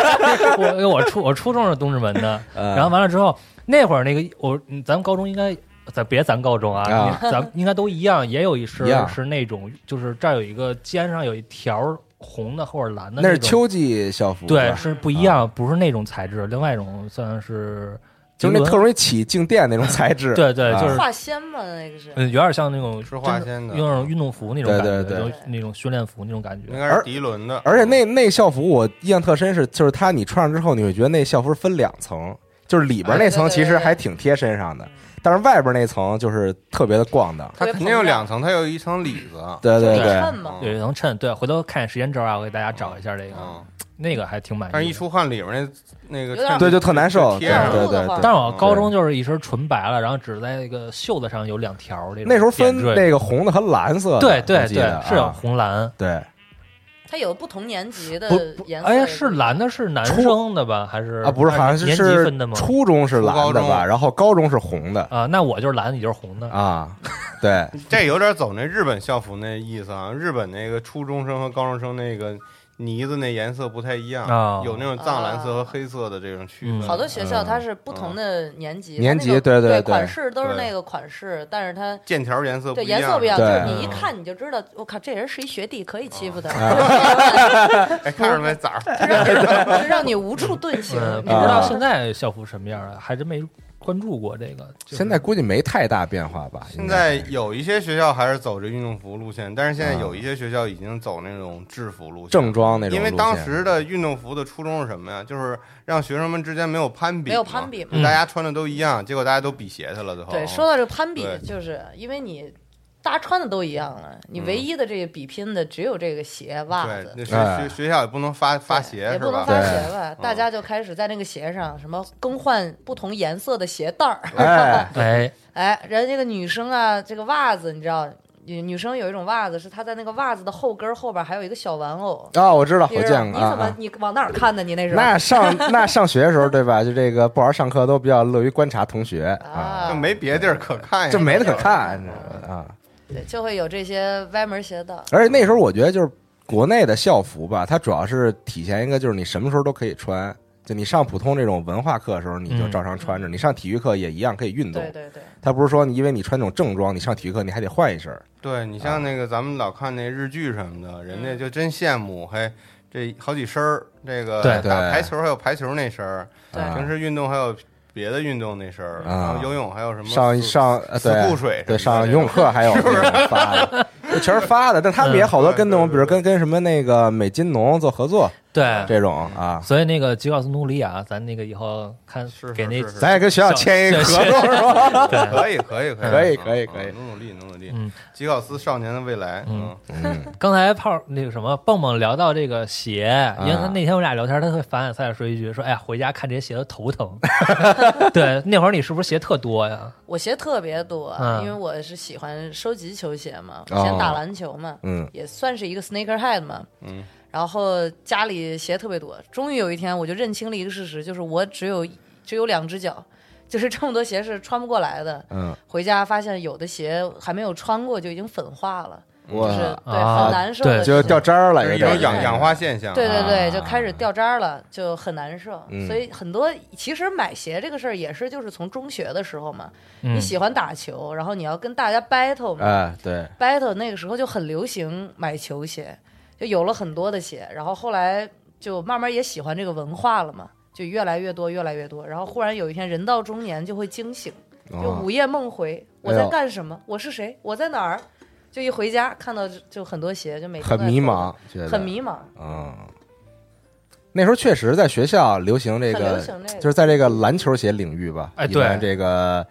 B: 我我初我初中是东直门的，
D: 呃嗯
B: 然后完了之后那会儿那个我嗯咱们高中应该。咱别咱高中啊，
D: 啊
B: 你咱们应该都一样，也有 一
D: 一
B: 身
D: 样
B: 是那种，就是这儿有一个肩上有一条红的或者蓝的
D: 那是
B: 种
D: 秋嗯季校服，
B: 对，是不一样，不是那种材质，另外一种算是
D: 就是那
B: 涤纶
D: 特容易起静电那种材质，啊
B: 对对就是
E: 化纤嘛，那个是。
B: 嗯，有点像那种
C: 吃化纤的
B: 有点运动服那种
D: 对
B: 感觉，
D: 对对
B: 就是那种训练服那种感
C: 应
B: 觉。
C: 该是涤纶的，
D: 而且那那校服我印象特深是，就是它你穿上之后，你会觉得那校服分两层，就是里边那层
E: 哎对对
D: 其
E: 对
D: 实还挺贴身上的，但是外边那层就是特别的逛荡。
C: 它肯定有两层，它有一层里子，
D: 对对
E: 就是
D: 对
E: 衬，嘛，
B: 有一层衬，对，回头看时间轴啊，我给大家找一下这个，
C: 嗯，
B: 那个还挺满意的。
C: 但是一出汗里面那那个
E: 有点
C: 衬
D: 对就特难受。对
C: 贴上
D: 对对
E: 裤子
D: 嗯对
E: 话
B: 但是我高中就是一身纯白了，然后只在那个袖子上有两条那种
D: 那时候分
B: 点缀
D: 那个红的和蓝色的，
B: 对对
D: 我记得
B: 对，是有
D: 啊
B: 红蓝，
D: 对
E: 它有不同年级的
B: 不
E: 颜色。
B: 哎是蓝的，是男生的吧？还是
D: 啊，不是好像是
B: 年级分的
D: 是
B: 吗？
D: 初中是蓝
C: 初高
D: 的吧，
C: 中
D: 然后高中是红的
B: 啊，那我就是蓝，你就是红的。嗯
D: 啊， 对
C: 这有点走那日本校服那意思啊，日本那个初中生和高中生那个泥子那颜色不太一样，
B: 哦
C: 有那种藏蓝色和黑色的这种区
B: 嗯
C: 分。
E: 好多学校它是不同的年级，
D: 嗯年
E: 它那个
D: 级对对对
E: 对款式都是
C: 对
E: 那个款式，但是它
C: 剑条颜色
E: 对
C: 一
E: 颜色不一样，就
D: 对
E: 是你一看你就知道，我靠，这人是一学弟，可以欺负的，
D: 啊
C: 哎，看出来 崽儿。
E: 让让你无处遁形。
B: 嗯，
E: 你
B: 不
E: 知
B: 知
E: 道
B: 道
D: 啊
B: 现在校服什么样啊，还真没关注过这个。就是
D: 现在估计没太大变化吧。
C: 现
D: 应
C: 在
D: 该
C: 有一些学校还是走着运动服路线，但是现在
D: 啊
C: 有
B: 嗯
C: 一些学校已经走那种制服路线，
D: 正装那种
C: 因
D: 路线，
C: 为当时的运动服的初衷是什么呀？就是让学生们之间没有攀比嘛，
E: 没有攀比嘛
B: 嗯
D: 嗯
C: 大家穿的都一样，结果大家都比鞋去了。最后，哦
E: 对，说到这个攀比
C: 对，
E: 就是因为你大家穿的都一样了，
D: 嗯
E: 你唯一的这个比拼的只有这个鞋袜
C: 对
E: 子，
C: 那。
D: 哎
C: 学学学校也不能发发
E: 对
C: 鞋
E: 也
C: 是
E: 不能
C: 吧
E: 发？
D: 对
E: 鞋袜，大家就开始在那个鞋上什么更换不同颜色的鞋带儿，
D: 哎，
B: 哎，
E: 哎，人家这个女生啊，这个袜子你知道，女女生有一种袜子是她在那个袜子的后跟儿后边还有一个小玩偶。
D: 啊，我知道，
E: 你
D: 我
E: 知道
D: 见
E: 你
D: 过
E: 怎么
D: 啊。
E: 你往哪儿看的？你那时候
D: 那上那上学的时候，对吧？就这个不好好上课，都比较乐于观察同学啊，
C: 就
E: 啊，
C: 没别地儿可看呀，
D: 这没得可看你知道吧啊。
E: 对，就会有这些歪门邪道。
D: 而且那时候我觉得就是国内的校服吧，它主要是体现一个就是你什么时候都可以穿，就你上普通这种文化课的时候你就照常穿着，你上体育课也一样可以运动
E: 嗯对。对对，
D: 它不是说你因为你穿那种正装，你上体育课你还得换一身儿
C: 对你像那个咱们老看那日剧什么的，
E: 嗯
C: 人家就真羡慕，嘿，这好几身儿，这个
B: 对
C: 打
D: 对
C: 排球还有排球那身儿，
E: 对
D: 啊
C: 平时运动还有别的运动那身儿，
D: 啊
C: 然后游泳还有什么
D: 上
C: 速
D: 上呃
C: 四
D: 对
C: 库水
D: 对
C: 什么
D: 上
C: 的
D: 游泳课还有那种发的，这全是发的。但他们也
C: 嗯
D: 好多跟那种，比如跟跟什么那个美津浓做合作
C: 嗯
B: 对，
D: 这种啊，
B: 所以那个吉奥斯努里亚，咱那个以后看
C: 是是
B: 给那
C: 是是
D: 咱也跟学校签一个合同是吧？
C: 可以，可以，
D: 可以
C: 嗯
D: 可以
C: 嗯
D: 可以
C: 努努力，努努力。
B: 嗯，
C: 吉考斯少年的未来，
B: 嗯
C: 嗯，
B: 刚才泡儿那个什么蹦蹦聊到这个鞋，因为他
D: 啊
B: 那天我俩聊天，他特反反赛地说一句说：“哎呀，回家看这些鞋都头疼。” 对，那会儿你是不是鞋特多呀？
E: 我鞋特别多，
B: 嗯
E: 因为我是喜欢收集球鞋嘛，我
D: 哦
E: 以前打篮球嘛，
D: 嗯
E: 也算是一个 sneakerhead 嘛，
C: 嗯，
E: 然后家里鞋特别多。终于有一天，我就认清了一个事实，就是我只有只有两只脚， 就是这么多鞋是穿不过来的。
D: 嗯，
E: 回家发现有的鞋还没有穿过就已经粉化了，
D: 我
E: 就是对
B: 啊
E: 很难受的
B: 对
E: 事情，
D: 就掉渣儿了，
C: 是
D: 有
C: 一种
D: 点
C: 氧氧化现象。
E: 对对对，
D: 啊
E: 就开始掉渣了，就很难受。
D: 嗯
E: 所以很多其实买鞋这个事儿也是，就是从中学的时候嘛，
B: 嗯
E: 你喜欢打球，然后你要跟大家 battle 嘛、
D: 哎对
E: b a t t l e 那个时候就很流行买球鞋，就有了很多的鞋，然后后来就慢慢也喜欢这个文化了嘛，就越来越多，越来越多，然后忽然有一天人到中年就会惊醒，就
D: 哦
E: 午夜梦回，我
D: 哎呦
E: 在干什么？我是谁？我在哪儿？就一回家看到就就很多鞋，就每天
D: 很
E: 都在
D: 迷
E: 偷
D: 茫，觉得
E: 看，很迷茫。
D: 嗯，那时候确实在学校流行这
E: 很
D: 个，
E: 流行这个
D: 就是在这个篮球鞋领域吧。
B: 哎
D: 一般
B: 对
D: 这个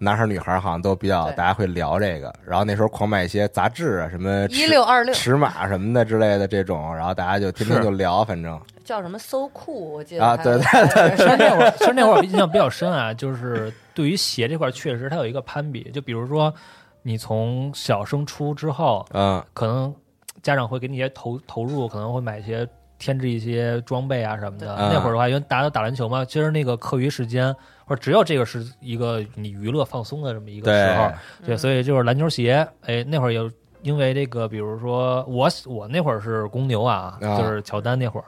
D: 男孩儿女孩儿好像都比较，
E: 对
D: 大家会聊这个。然后那时候狂买一些杂志啊，什么
E: 一六二六
D: 尺码什么的之类的这种，然后大家就天天
B: 是
D: 就聊，反正
E: 叫什么 So Cool，我记得
D: 啊，
E: 还
D: 对对对，
B: 其实那会儿，其实那会儿我印象比较深啊，就是对于鞋这块儿确实它有一个攀比，就比如说你从小升初之后，
D: 嗯
B: 可能家长会给你一些投投入，可能会买一些添置一些装备啊什么的。
D: 对嗯
B: 那会儿的话，因为大家都打篮球嘛，其实那个课余时间或者只有这个是一个你娱乐放松的这么一个
D: 对嗯
B: 时候，对，所以就是篮球鞋，哎，那会儿有。因为这个，比如说我我那会儿是公牛啊，
D: 啊
B: 就是乔丹那会儿，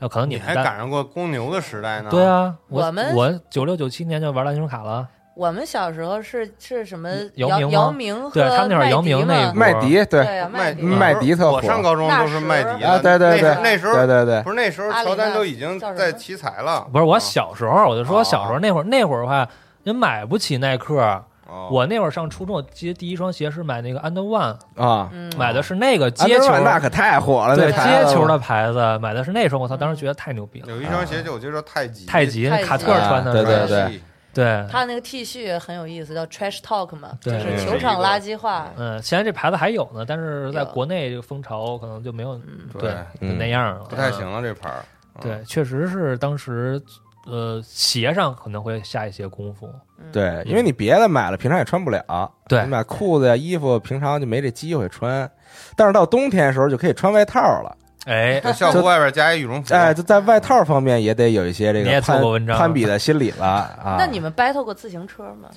B: 呃可能
C: 你
B: 们
C: 还
B: 单
C: 赶上过公牛的时代呢？
B: 对，啊，我
E: 我们
B: 我九六九七年就玩篮球卡了，
E: 我们小时候是是什么
B: 姚明
E: 姚
B: 吗
E: 姚明和
B: 对他们那会儿姚明那
E: 麦
B: 一
D: 麦
E: 迪嘛
D: 迪对
E: 对啊，
C: 麦
E: 迪
D: 麦迪特火
C: 我上高中都是麦迪的
D: 啊，对对对，
C: 那时候
D: 对
C: 那时
D: 对对
C: 候，不是那时候
E: 阿里
C: 乔丹
E: 的
C: 都已经
E: 叫什
C: 在
E: 么
C: 奇才了。
B: 不是我
C: 啊，
B: 小时候，我就说
C: 哦
B: 小时候那会儿那会儿的话，人买不起耐克，
C: 哦
B: 我那会儿上初中，我记得第一双鞋是买那个 Under One，
D: 啊，
E: 嗯，
B: 买的是那个
D: 安德
B: 接球
D: 万那可太火了，
B: 对
D: 那牌
B: 接
D: 子
B: 球的牌子，买的是那双，我操，当时觉得太牛逼了，
C: 有一双鞋就我就说太极，
B: 太极
E: 嗯太
B: 那
E: 极
B: 卡特穿的是
D: 啊对
B: 吧，
D: 对对
C: 太极，
B: 对
E: 他那个 T 恤也很有意思，叫 Trash Talk 嘛，就
B: 嗯对
E: 是球场垃圾话。
B: 嗯，现在这牌子还有呢，但是在
E: 有
B: 国内这个风潮可能就没有对就
D: 嗯
B: 那样了，
C: 不太
B: 嗯
C: 行了这牌儿。
B: 对，确实是当时呃鞋上可能会下一些功夫，
D: 对，因为你别的买了，平常也穿不了。
B: 嗯对
D: 你买裤子呀、衣服，平常就没这机会穿。但是到冬天的时候就可以穿外套了。
B: 哎，
C: 就校服外边加一羽绒服，
D: 哎，就在外套方面也得有一些这
B: 你也
D: 个
B: 做
D: 攀
B: 过文章
D: 攀比的心理了啊。
E: 那你们 battle 过自行车吗？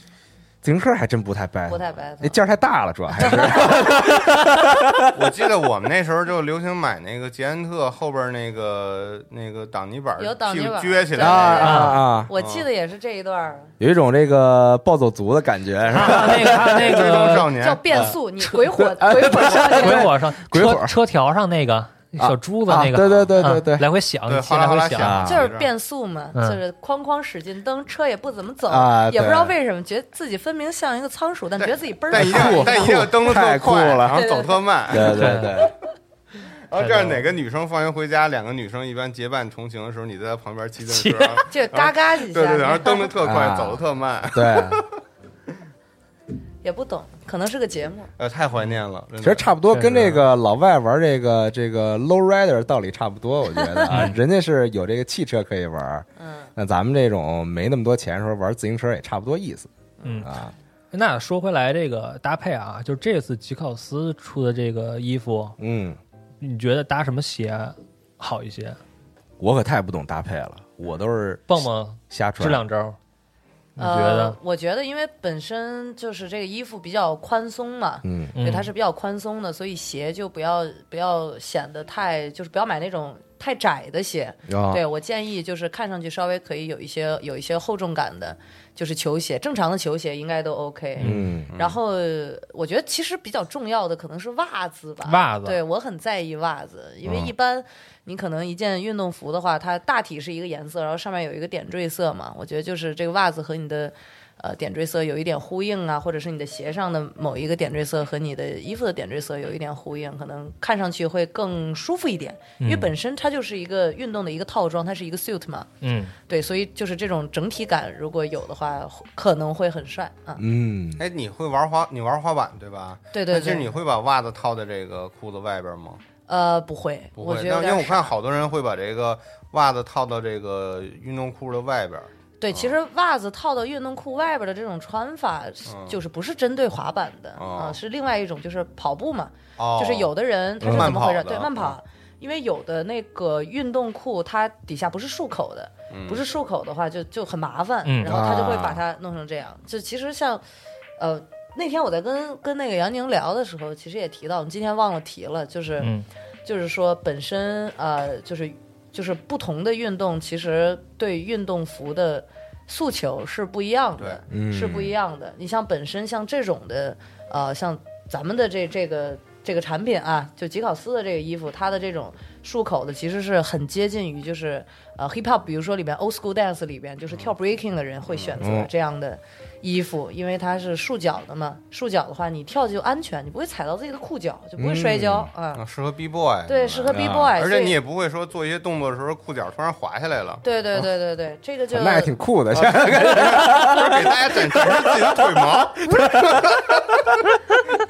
D: 自行车还真不太掰，
E: 不太掰
D: 那件儿太大了，主要 还是啊
C: 我记得我们那时候就流行买那个捷安特后边那个那个挡泥板，
E: 有挡泥
C: 屁股
E: 板
C: 撅起
D: 啊
C: 来
D: 啊啊，
E: 我记得也是这一段儿，
D: 有一种这个暴走族的感觉，是吧？
B: 那个还有那
C: 追踪
B: 个
C: 少年
F: 叫变速，你鬼火鬼火少
B: 鬼
F: 年，
B: 火上
D: 鬼火
B: 车车条上那个小珠子
D: 啊
B: 那个，
D: 对对对对
B: 啊
D: 对
B: 来回响，
C: 对
B: 先
C: 哗啦
B: 来
C: 哗啦
B: 回
C: 响
D: 啊
E: 就是变速嘛，
B: 嗯
E: 就是哐哐使劲蹬，车也不怎么走
D: 啊，
E: 也不
D: 对
E: 知道为什么，觉得自己分明像一个仓鼠，但觉得自己倍儿
C: 但一定
E: 快
C: 要但一定要蹬的
D: 太
C: 特
D: 酷
C: 快，
D: 了
C: 然后走特
B: 啊
C: 慢。
D: 对对 对，
C: 然啊后这样，哪个女生放学回家，两个女生一般结伴同行的时候，你在她旁边骑自行车，
E: 就嘎嘎 几
C: 对
E: 下，
C: 对对，然后蹬的特快
D: 啊，
C: 走的特慢，
D: 对，
E: 也不懂，可能是个节目。
C: 呃，太怀念了。真的
D: 其实差不
E: 嗯
D: 多跟这
E: 啊
D: 个老外玩这个这个 low rider 道理差不多，我觉得 啊，人家是有这个汽车可以玩，
E: 嗯，
D: 那咱们这种没那么多钱的时候玩自行车也差不多意思
B: 嗯，
D: 啊。
B: 那说回来这个搭配啊，就这次吉考斯出的这个衣服，
D: 嗯，
B: 你觉得搭什么鞋好一些？
D: 我可太不懂搭配了，我都是
B: 蹦蹦
D: 瞎
B: 支
D: 穿。
B: 两招，你觉
E: 呃
B: 得？，
E: 我觉得因为本身就是这个衣服比较宽松嘛，
D: 嗯，
B: 嗯
E: 对，它是比较宽松的，所以鞋就不要不要显得太，就是不要买那种太窄的鞋。
D: 啊
E: 对我建议就是看上去稍微可以有一些有一些厚重感的，就是球鞋，正常的球鞋应该都 OK。
D: 嗯，
E: 然后呃我觉得其实比较重要的可能是袜子吧，
B: 袜子
E: 对我很在意袜子，因为
D: 嗯
E: 一般你可能一件运动服的话，它大体是一个颜色，然后上面有一个点缀色嘛，我觉得就是这个袜子和你的。呃，点缀色有一点呼应啊，或者是你的鞋上的某一个点缀色和你的衣服的点缀色有一点呼应，可能看上去会更舒服一点，因为本身它就是一个运动的一个套装，它是一个 suit 嘛，
B: 嗯，
E: 对，所以就是这种整体感如果有的话，可能会很帅啊。
D: 嗯，
C: 哎，你会玩滑，你玩滑板对吧？
E: 对对
C: 那其实
E: 对
C: 你会把袜子套在这个裤子外边吗？
E: 呃，不会，
C: 不
E: 我
C: 会，
E: 觉得有
C: 但因
E: 点
C: 为我看
E: 傻
C: 好多人会把这个袜子套到这个运动裤的外边。
E: 对，
C: 啊
E: 其实袜子套到运动裤外边的这种穿法是，
C: 啊
E: 就是不是针对滑板的
C: 哦
E: 啊，是另外一种，就是跑步嘛，
C: 哦，
E: 就是有的人他是
C: 慢
E: 怎么
C: 跑
E: 回事？
C: 的啊
E: 对，慢跑。因为有的那个运动裤，它底下不是束口的，
C: 嗯
E: 不是束口的话就就很麻烦，
B: 嗯
E: 然后他就会
D: 啊
E: 把它弄成这样。就其实像，呃，那天我在跟跟那个杨宁聊的时候，其实也提到，我们今天忘了提了，就是，
B: 嗯
E: 就是说本身呃，就是就是不同的运动，其实对运动服的诉求是不一样的，是不一样的。你像本身像这种的，呃，像咱们的这这个这个产品啊，就吉考斯的这个衣服，它的这种束口的其实是很接近于就是呃 hip hop，比如说里面 old school dance 里边，就是跳 breaking 的人会选择这样的衣服，因为它是束脚的嘛，束脚的话你跳就安全，你不会踩到自己的裤脚，就不会摔跤啊。
C: 啊，适合 B boy。
E: 对，适合 B boy，
C: 而且你也不会说做一些动作的时候裤脚突然滑下来了，
E: 对对对对对，这个就
D: 那还挺酷 的，现 在
C: 就是给大家展示一下自己的腿毛。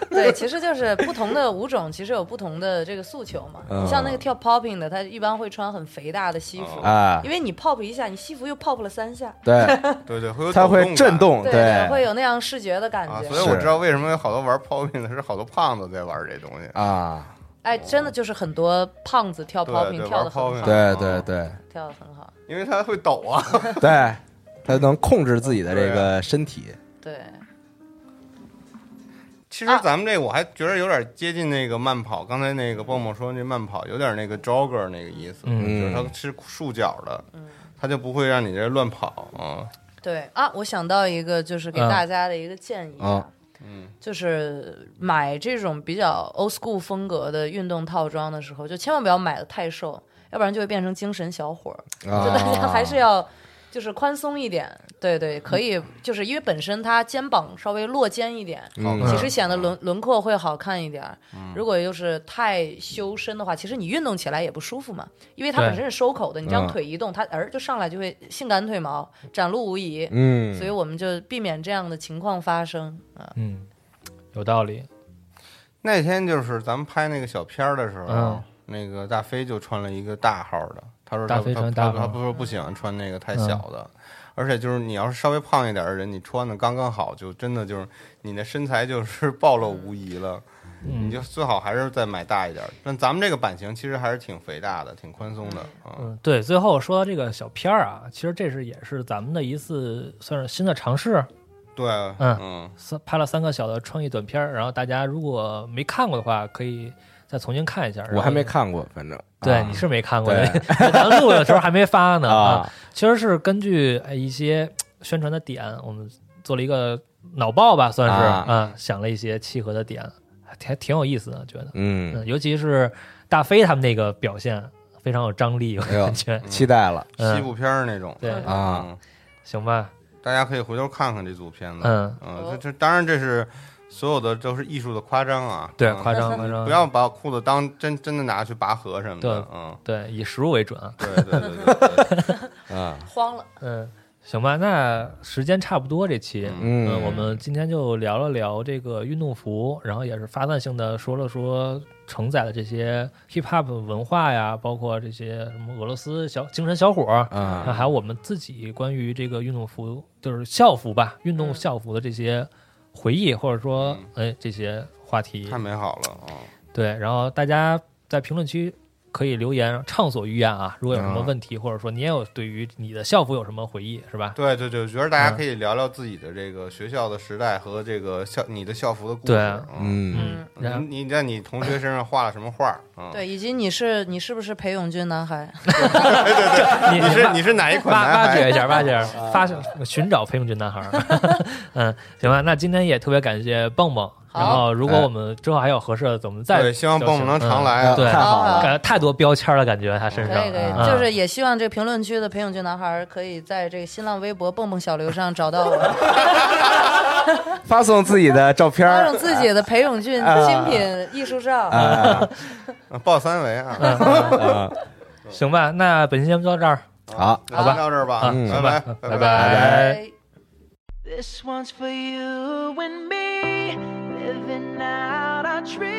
E: 对，其实就是不同的舞种，其实有不同的这个诉求嘛。
D: 嗯
E: 你像那个跳 popping 的，他一般会穿很肥大的西服，
D: 啊
E: 因，为你 pop 一下，你西服又 pop 了三下，
D: 对，
C: 对对，会有
D: 它
C: 抖
D: 会
C: 感
D: 震动，
E: 对会有那样视觉的感
C: 啊，
E: 觉。
C: 所以我知道为什么有好多玩 popping 的是好多胖子在玩这东西。
D: 啊，
E: 哎，真的就是很多胖子跳
C: 对
E: popping
C: 对
E: 跳
C: 玩
E: 的很
C: popping
E: 好，
D: 对对对
E: 跳的很好。
C: 因为它会抖啊。
D: 对，它能控制自己的这
E: 啊
D: 个身体，
E: 对，
C: 其
E: 啊
C: 实咱们这我还觉得有点接近那个慢跑，刚才那个蹦蹦说那慢跑有点那个 jogger 那个意思，
B: 嗯
C: 就是它是束脚的，
E: 嗯
C: 它就不会让你这乱跑啊。
E: 对啊，我想到一个，就是给
B: 嗯
E: 大家的一个建议
D: 啊
E: 啊，嗯，就是买这种比较 old school 风格的运动套装的时候，就千万不要买的太瘦，要不然就会变成精神小伙儿。
D: 啊哦
E: 就大家还是要就是宽松一点，对对，可以，就是因为本身它肩膀稍微落肩一点，
D: 嗯
E: 其实显得轮轮廓会好看一点儿。如果就是太修身的话，其实你运动起来也不舒服嘛，因为它
B: 对
E: 本身是收口的，你这
D: 嗯
E: 样腿一动，它儿就上来就会性感腿毛，展露无遗。
D: 嗯
E: 所以我们就避免这样的情况发生啊。
B: 嗯，有道理，
C: 那天就是咱们拍那个小片儿的时候，
B: 嗯
C: 那个大飞就穿了一个大号的，他说他
B: 大飞穿
C: 他
B: 大号嗯
C: 他他不说不喜欢穿那个太小的，而且就是你要是稍微胖一点的人，你穿的刚刚好，就真的就是你的身材就是 暴露无遗了。
B: 嗯
C: 你就最好还是再买大一点儿。但咱们这个版型其实还是挺肥大的，挺宽松的啊。
B: 嗯，对。最后说到这个小片儿啊，其实这是也是咱们的一次算是新的尝试，
C: 对，
B: 嗯
C: 嗯，
B: 三拍了三个小的创意短片儿，然后大家如果没看过的话，可以再重新看一下。然后
D: 我还没，看过，反正
B: 对，
D: 啊
B: 你是没看过，
D: 对
B: 的， 咱录的时候还没发 呢
D: 啊，
B: 其实是根据哎一些嘖宣传的点，我们做了一个脑爆吧，算是
D: 啊
B: 啊，想了一些契合的点，还挺还挺有意思的，觉得，
D: 嗯，
B: 嗯，尤其是大飞他们那个表现非常有张力，我
D: 哎呦
B: 感觉，
D: 期待了
B: 嗯
C: 西部片儿那种
B: 对
C: 嗯
D: 啊，
B: 行吧，
C: 大家可以回头看看这组片子。
B: 嗯，
C: 嗯，这这当然这是所有的都是艺术的夸张啊，
B: 对，
C: 嗯
B: 夸张夸张，
C: 不要把裤子当真真的拿去拔河什么的
B: 对，
C: 嗯，
B: 对以实物为准啊，
C: 对对对对对，
D: 啊，
E: 慌了，
B: 嗯，行吧，那时间差不多这期，
C: 嗯
B: 呃，
D: 嗯
B: 我们今天就聊了聊这个运动服，然后也是发散性的说了说承载的这些 hip hop 文化呀，包括这些什么俄罗斯小精神小伙儿，
D: 啊
B: 那还有我们自己关于这个运动服，就是校服吧，运动
E: 嗯
B: 校服的这些回忆，或者说哎这些话题
C: 太，美好了，嗯。
B: 对，然后大家在评论区。可以留言畅所欲言啊！如果有什么
D: 嗯
B: 问题，或者说你也有对于你的校服有什么回忆，是吧？
C: 对对对，我觉得大家可以聊聊自己的这个学校的时代和这个校你的校服的故事。
B: 对啊
C: 嗯，
D: 嗯
E: 嗯，
B: 然后
C: 你你在你同学身上画了什么画？嗯，
E: 对，以及你是你是不是裴勇俊男孩？
B: 你
C: 你
B: 你
C: 是你是哪一款
B: 挖
C: 男
B: 挖掘
C: 孩？
B: 一 下，挖掘一
E: 啊
B: 下，发现寻找裴勇俊男孩儿。 嗯，行吧，那今天也特别感谢蹦蹦。
E: 好
B: 然后，如果我们之后还有合适的，怎么再
C: 哎对，希望
B: 就
C: 蹦蹦能
B: 行嗯
C: 常来啊。
B: 对，
D: 太好
E: 好
D: 了，
B: 感觉太多标签了，感觉他身上。
E: 可以可
B: 嗯
E: 以，就是也希望这评论区的裴勇俊男孩可以在这个新浪微博蹦蹦小刘上找到我，
D: 发送自己的照片
E: 发
D: 儿
E: 送自己的裴勇俊精品艺术照。
D: 啊，
C: 嗯报三围啊。
D: 啊
B: 行吧，那本期节目就到这儿，
D: 嗯好。
C: 那先到这儿吧，
B: 嗯
C: 拜拜，
B: 行吧
C: 拜
B: 拜拜。
G: This one's for you and me, living out our dreams.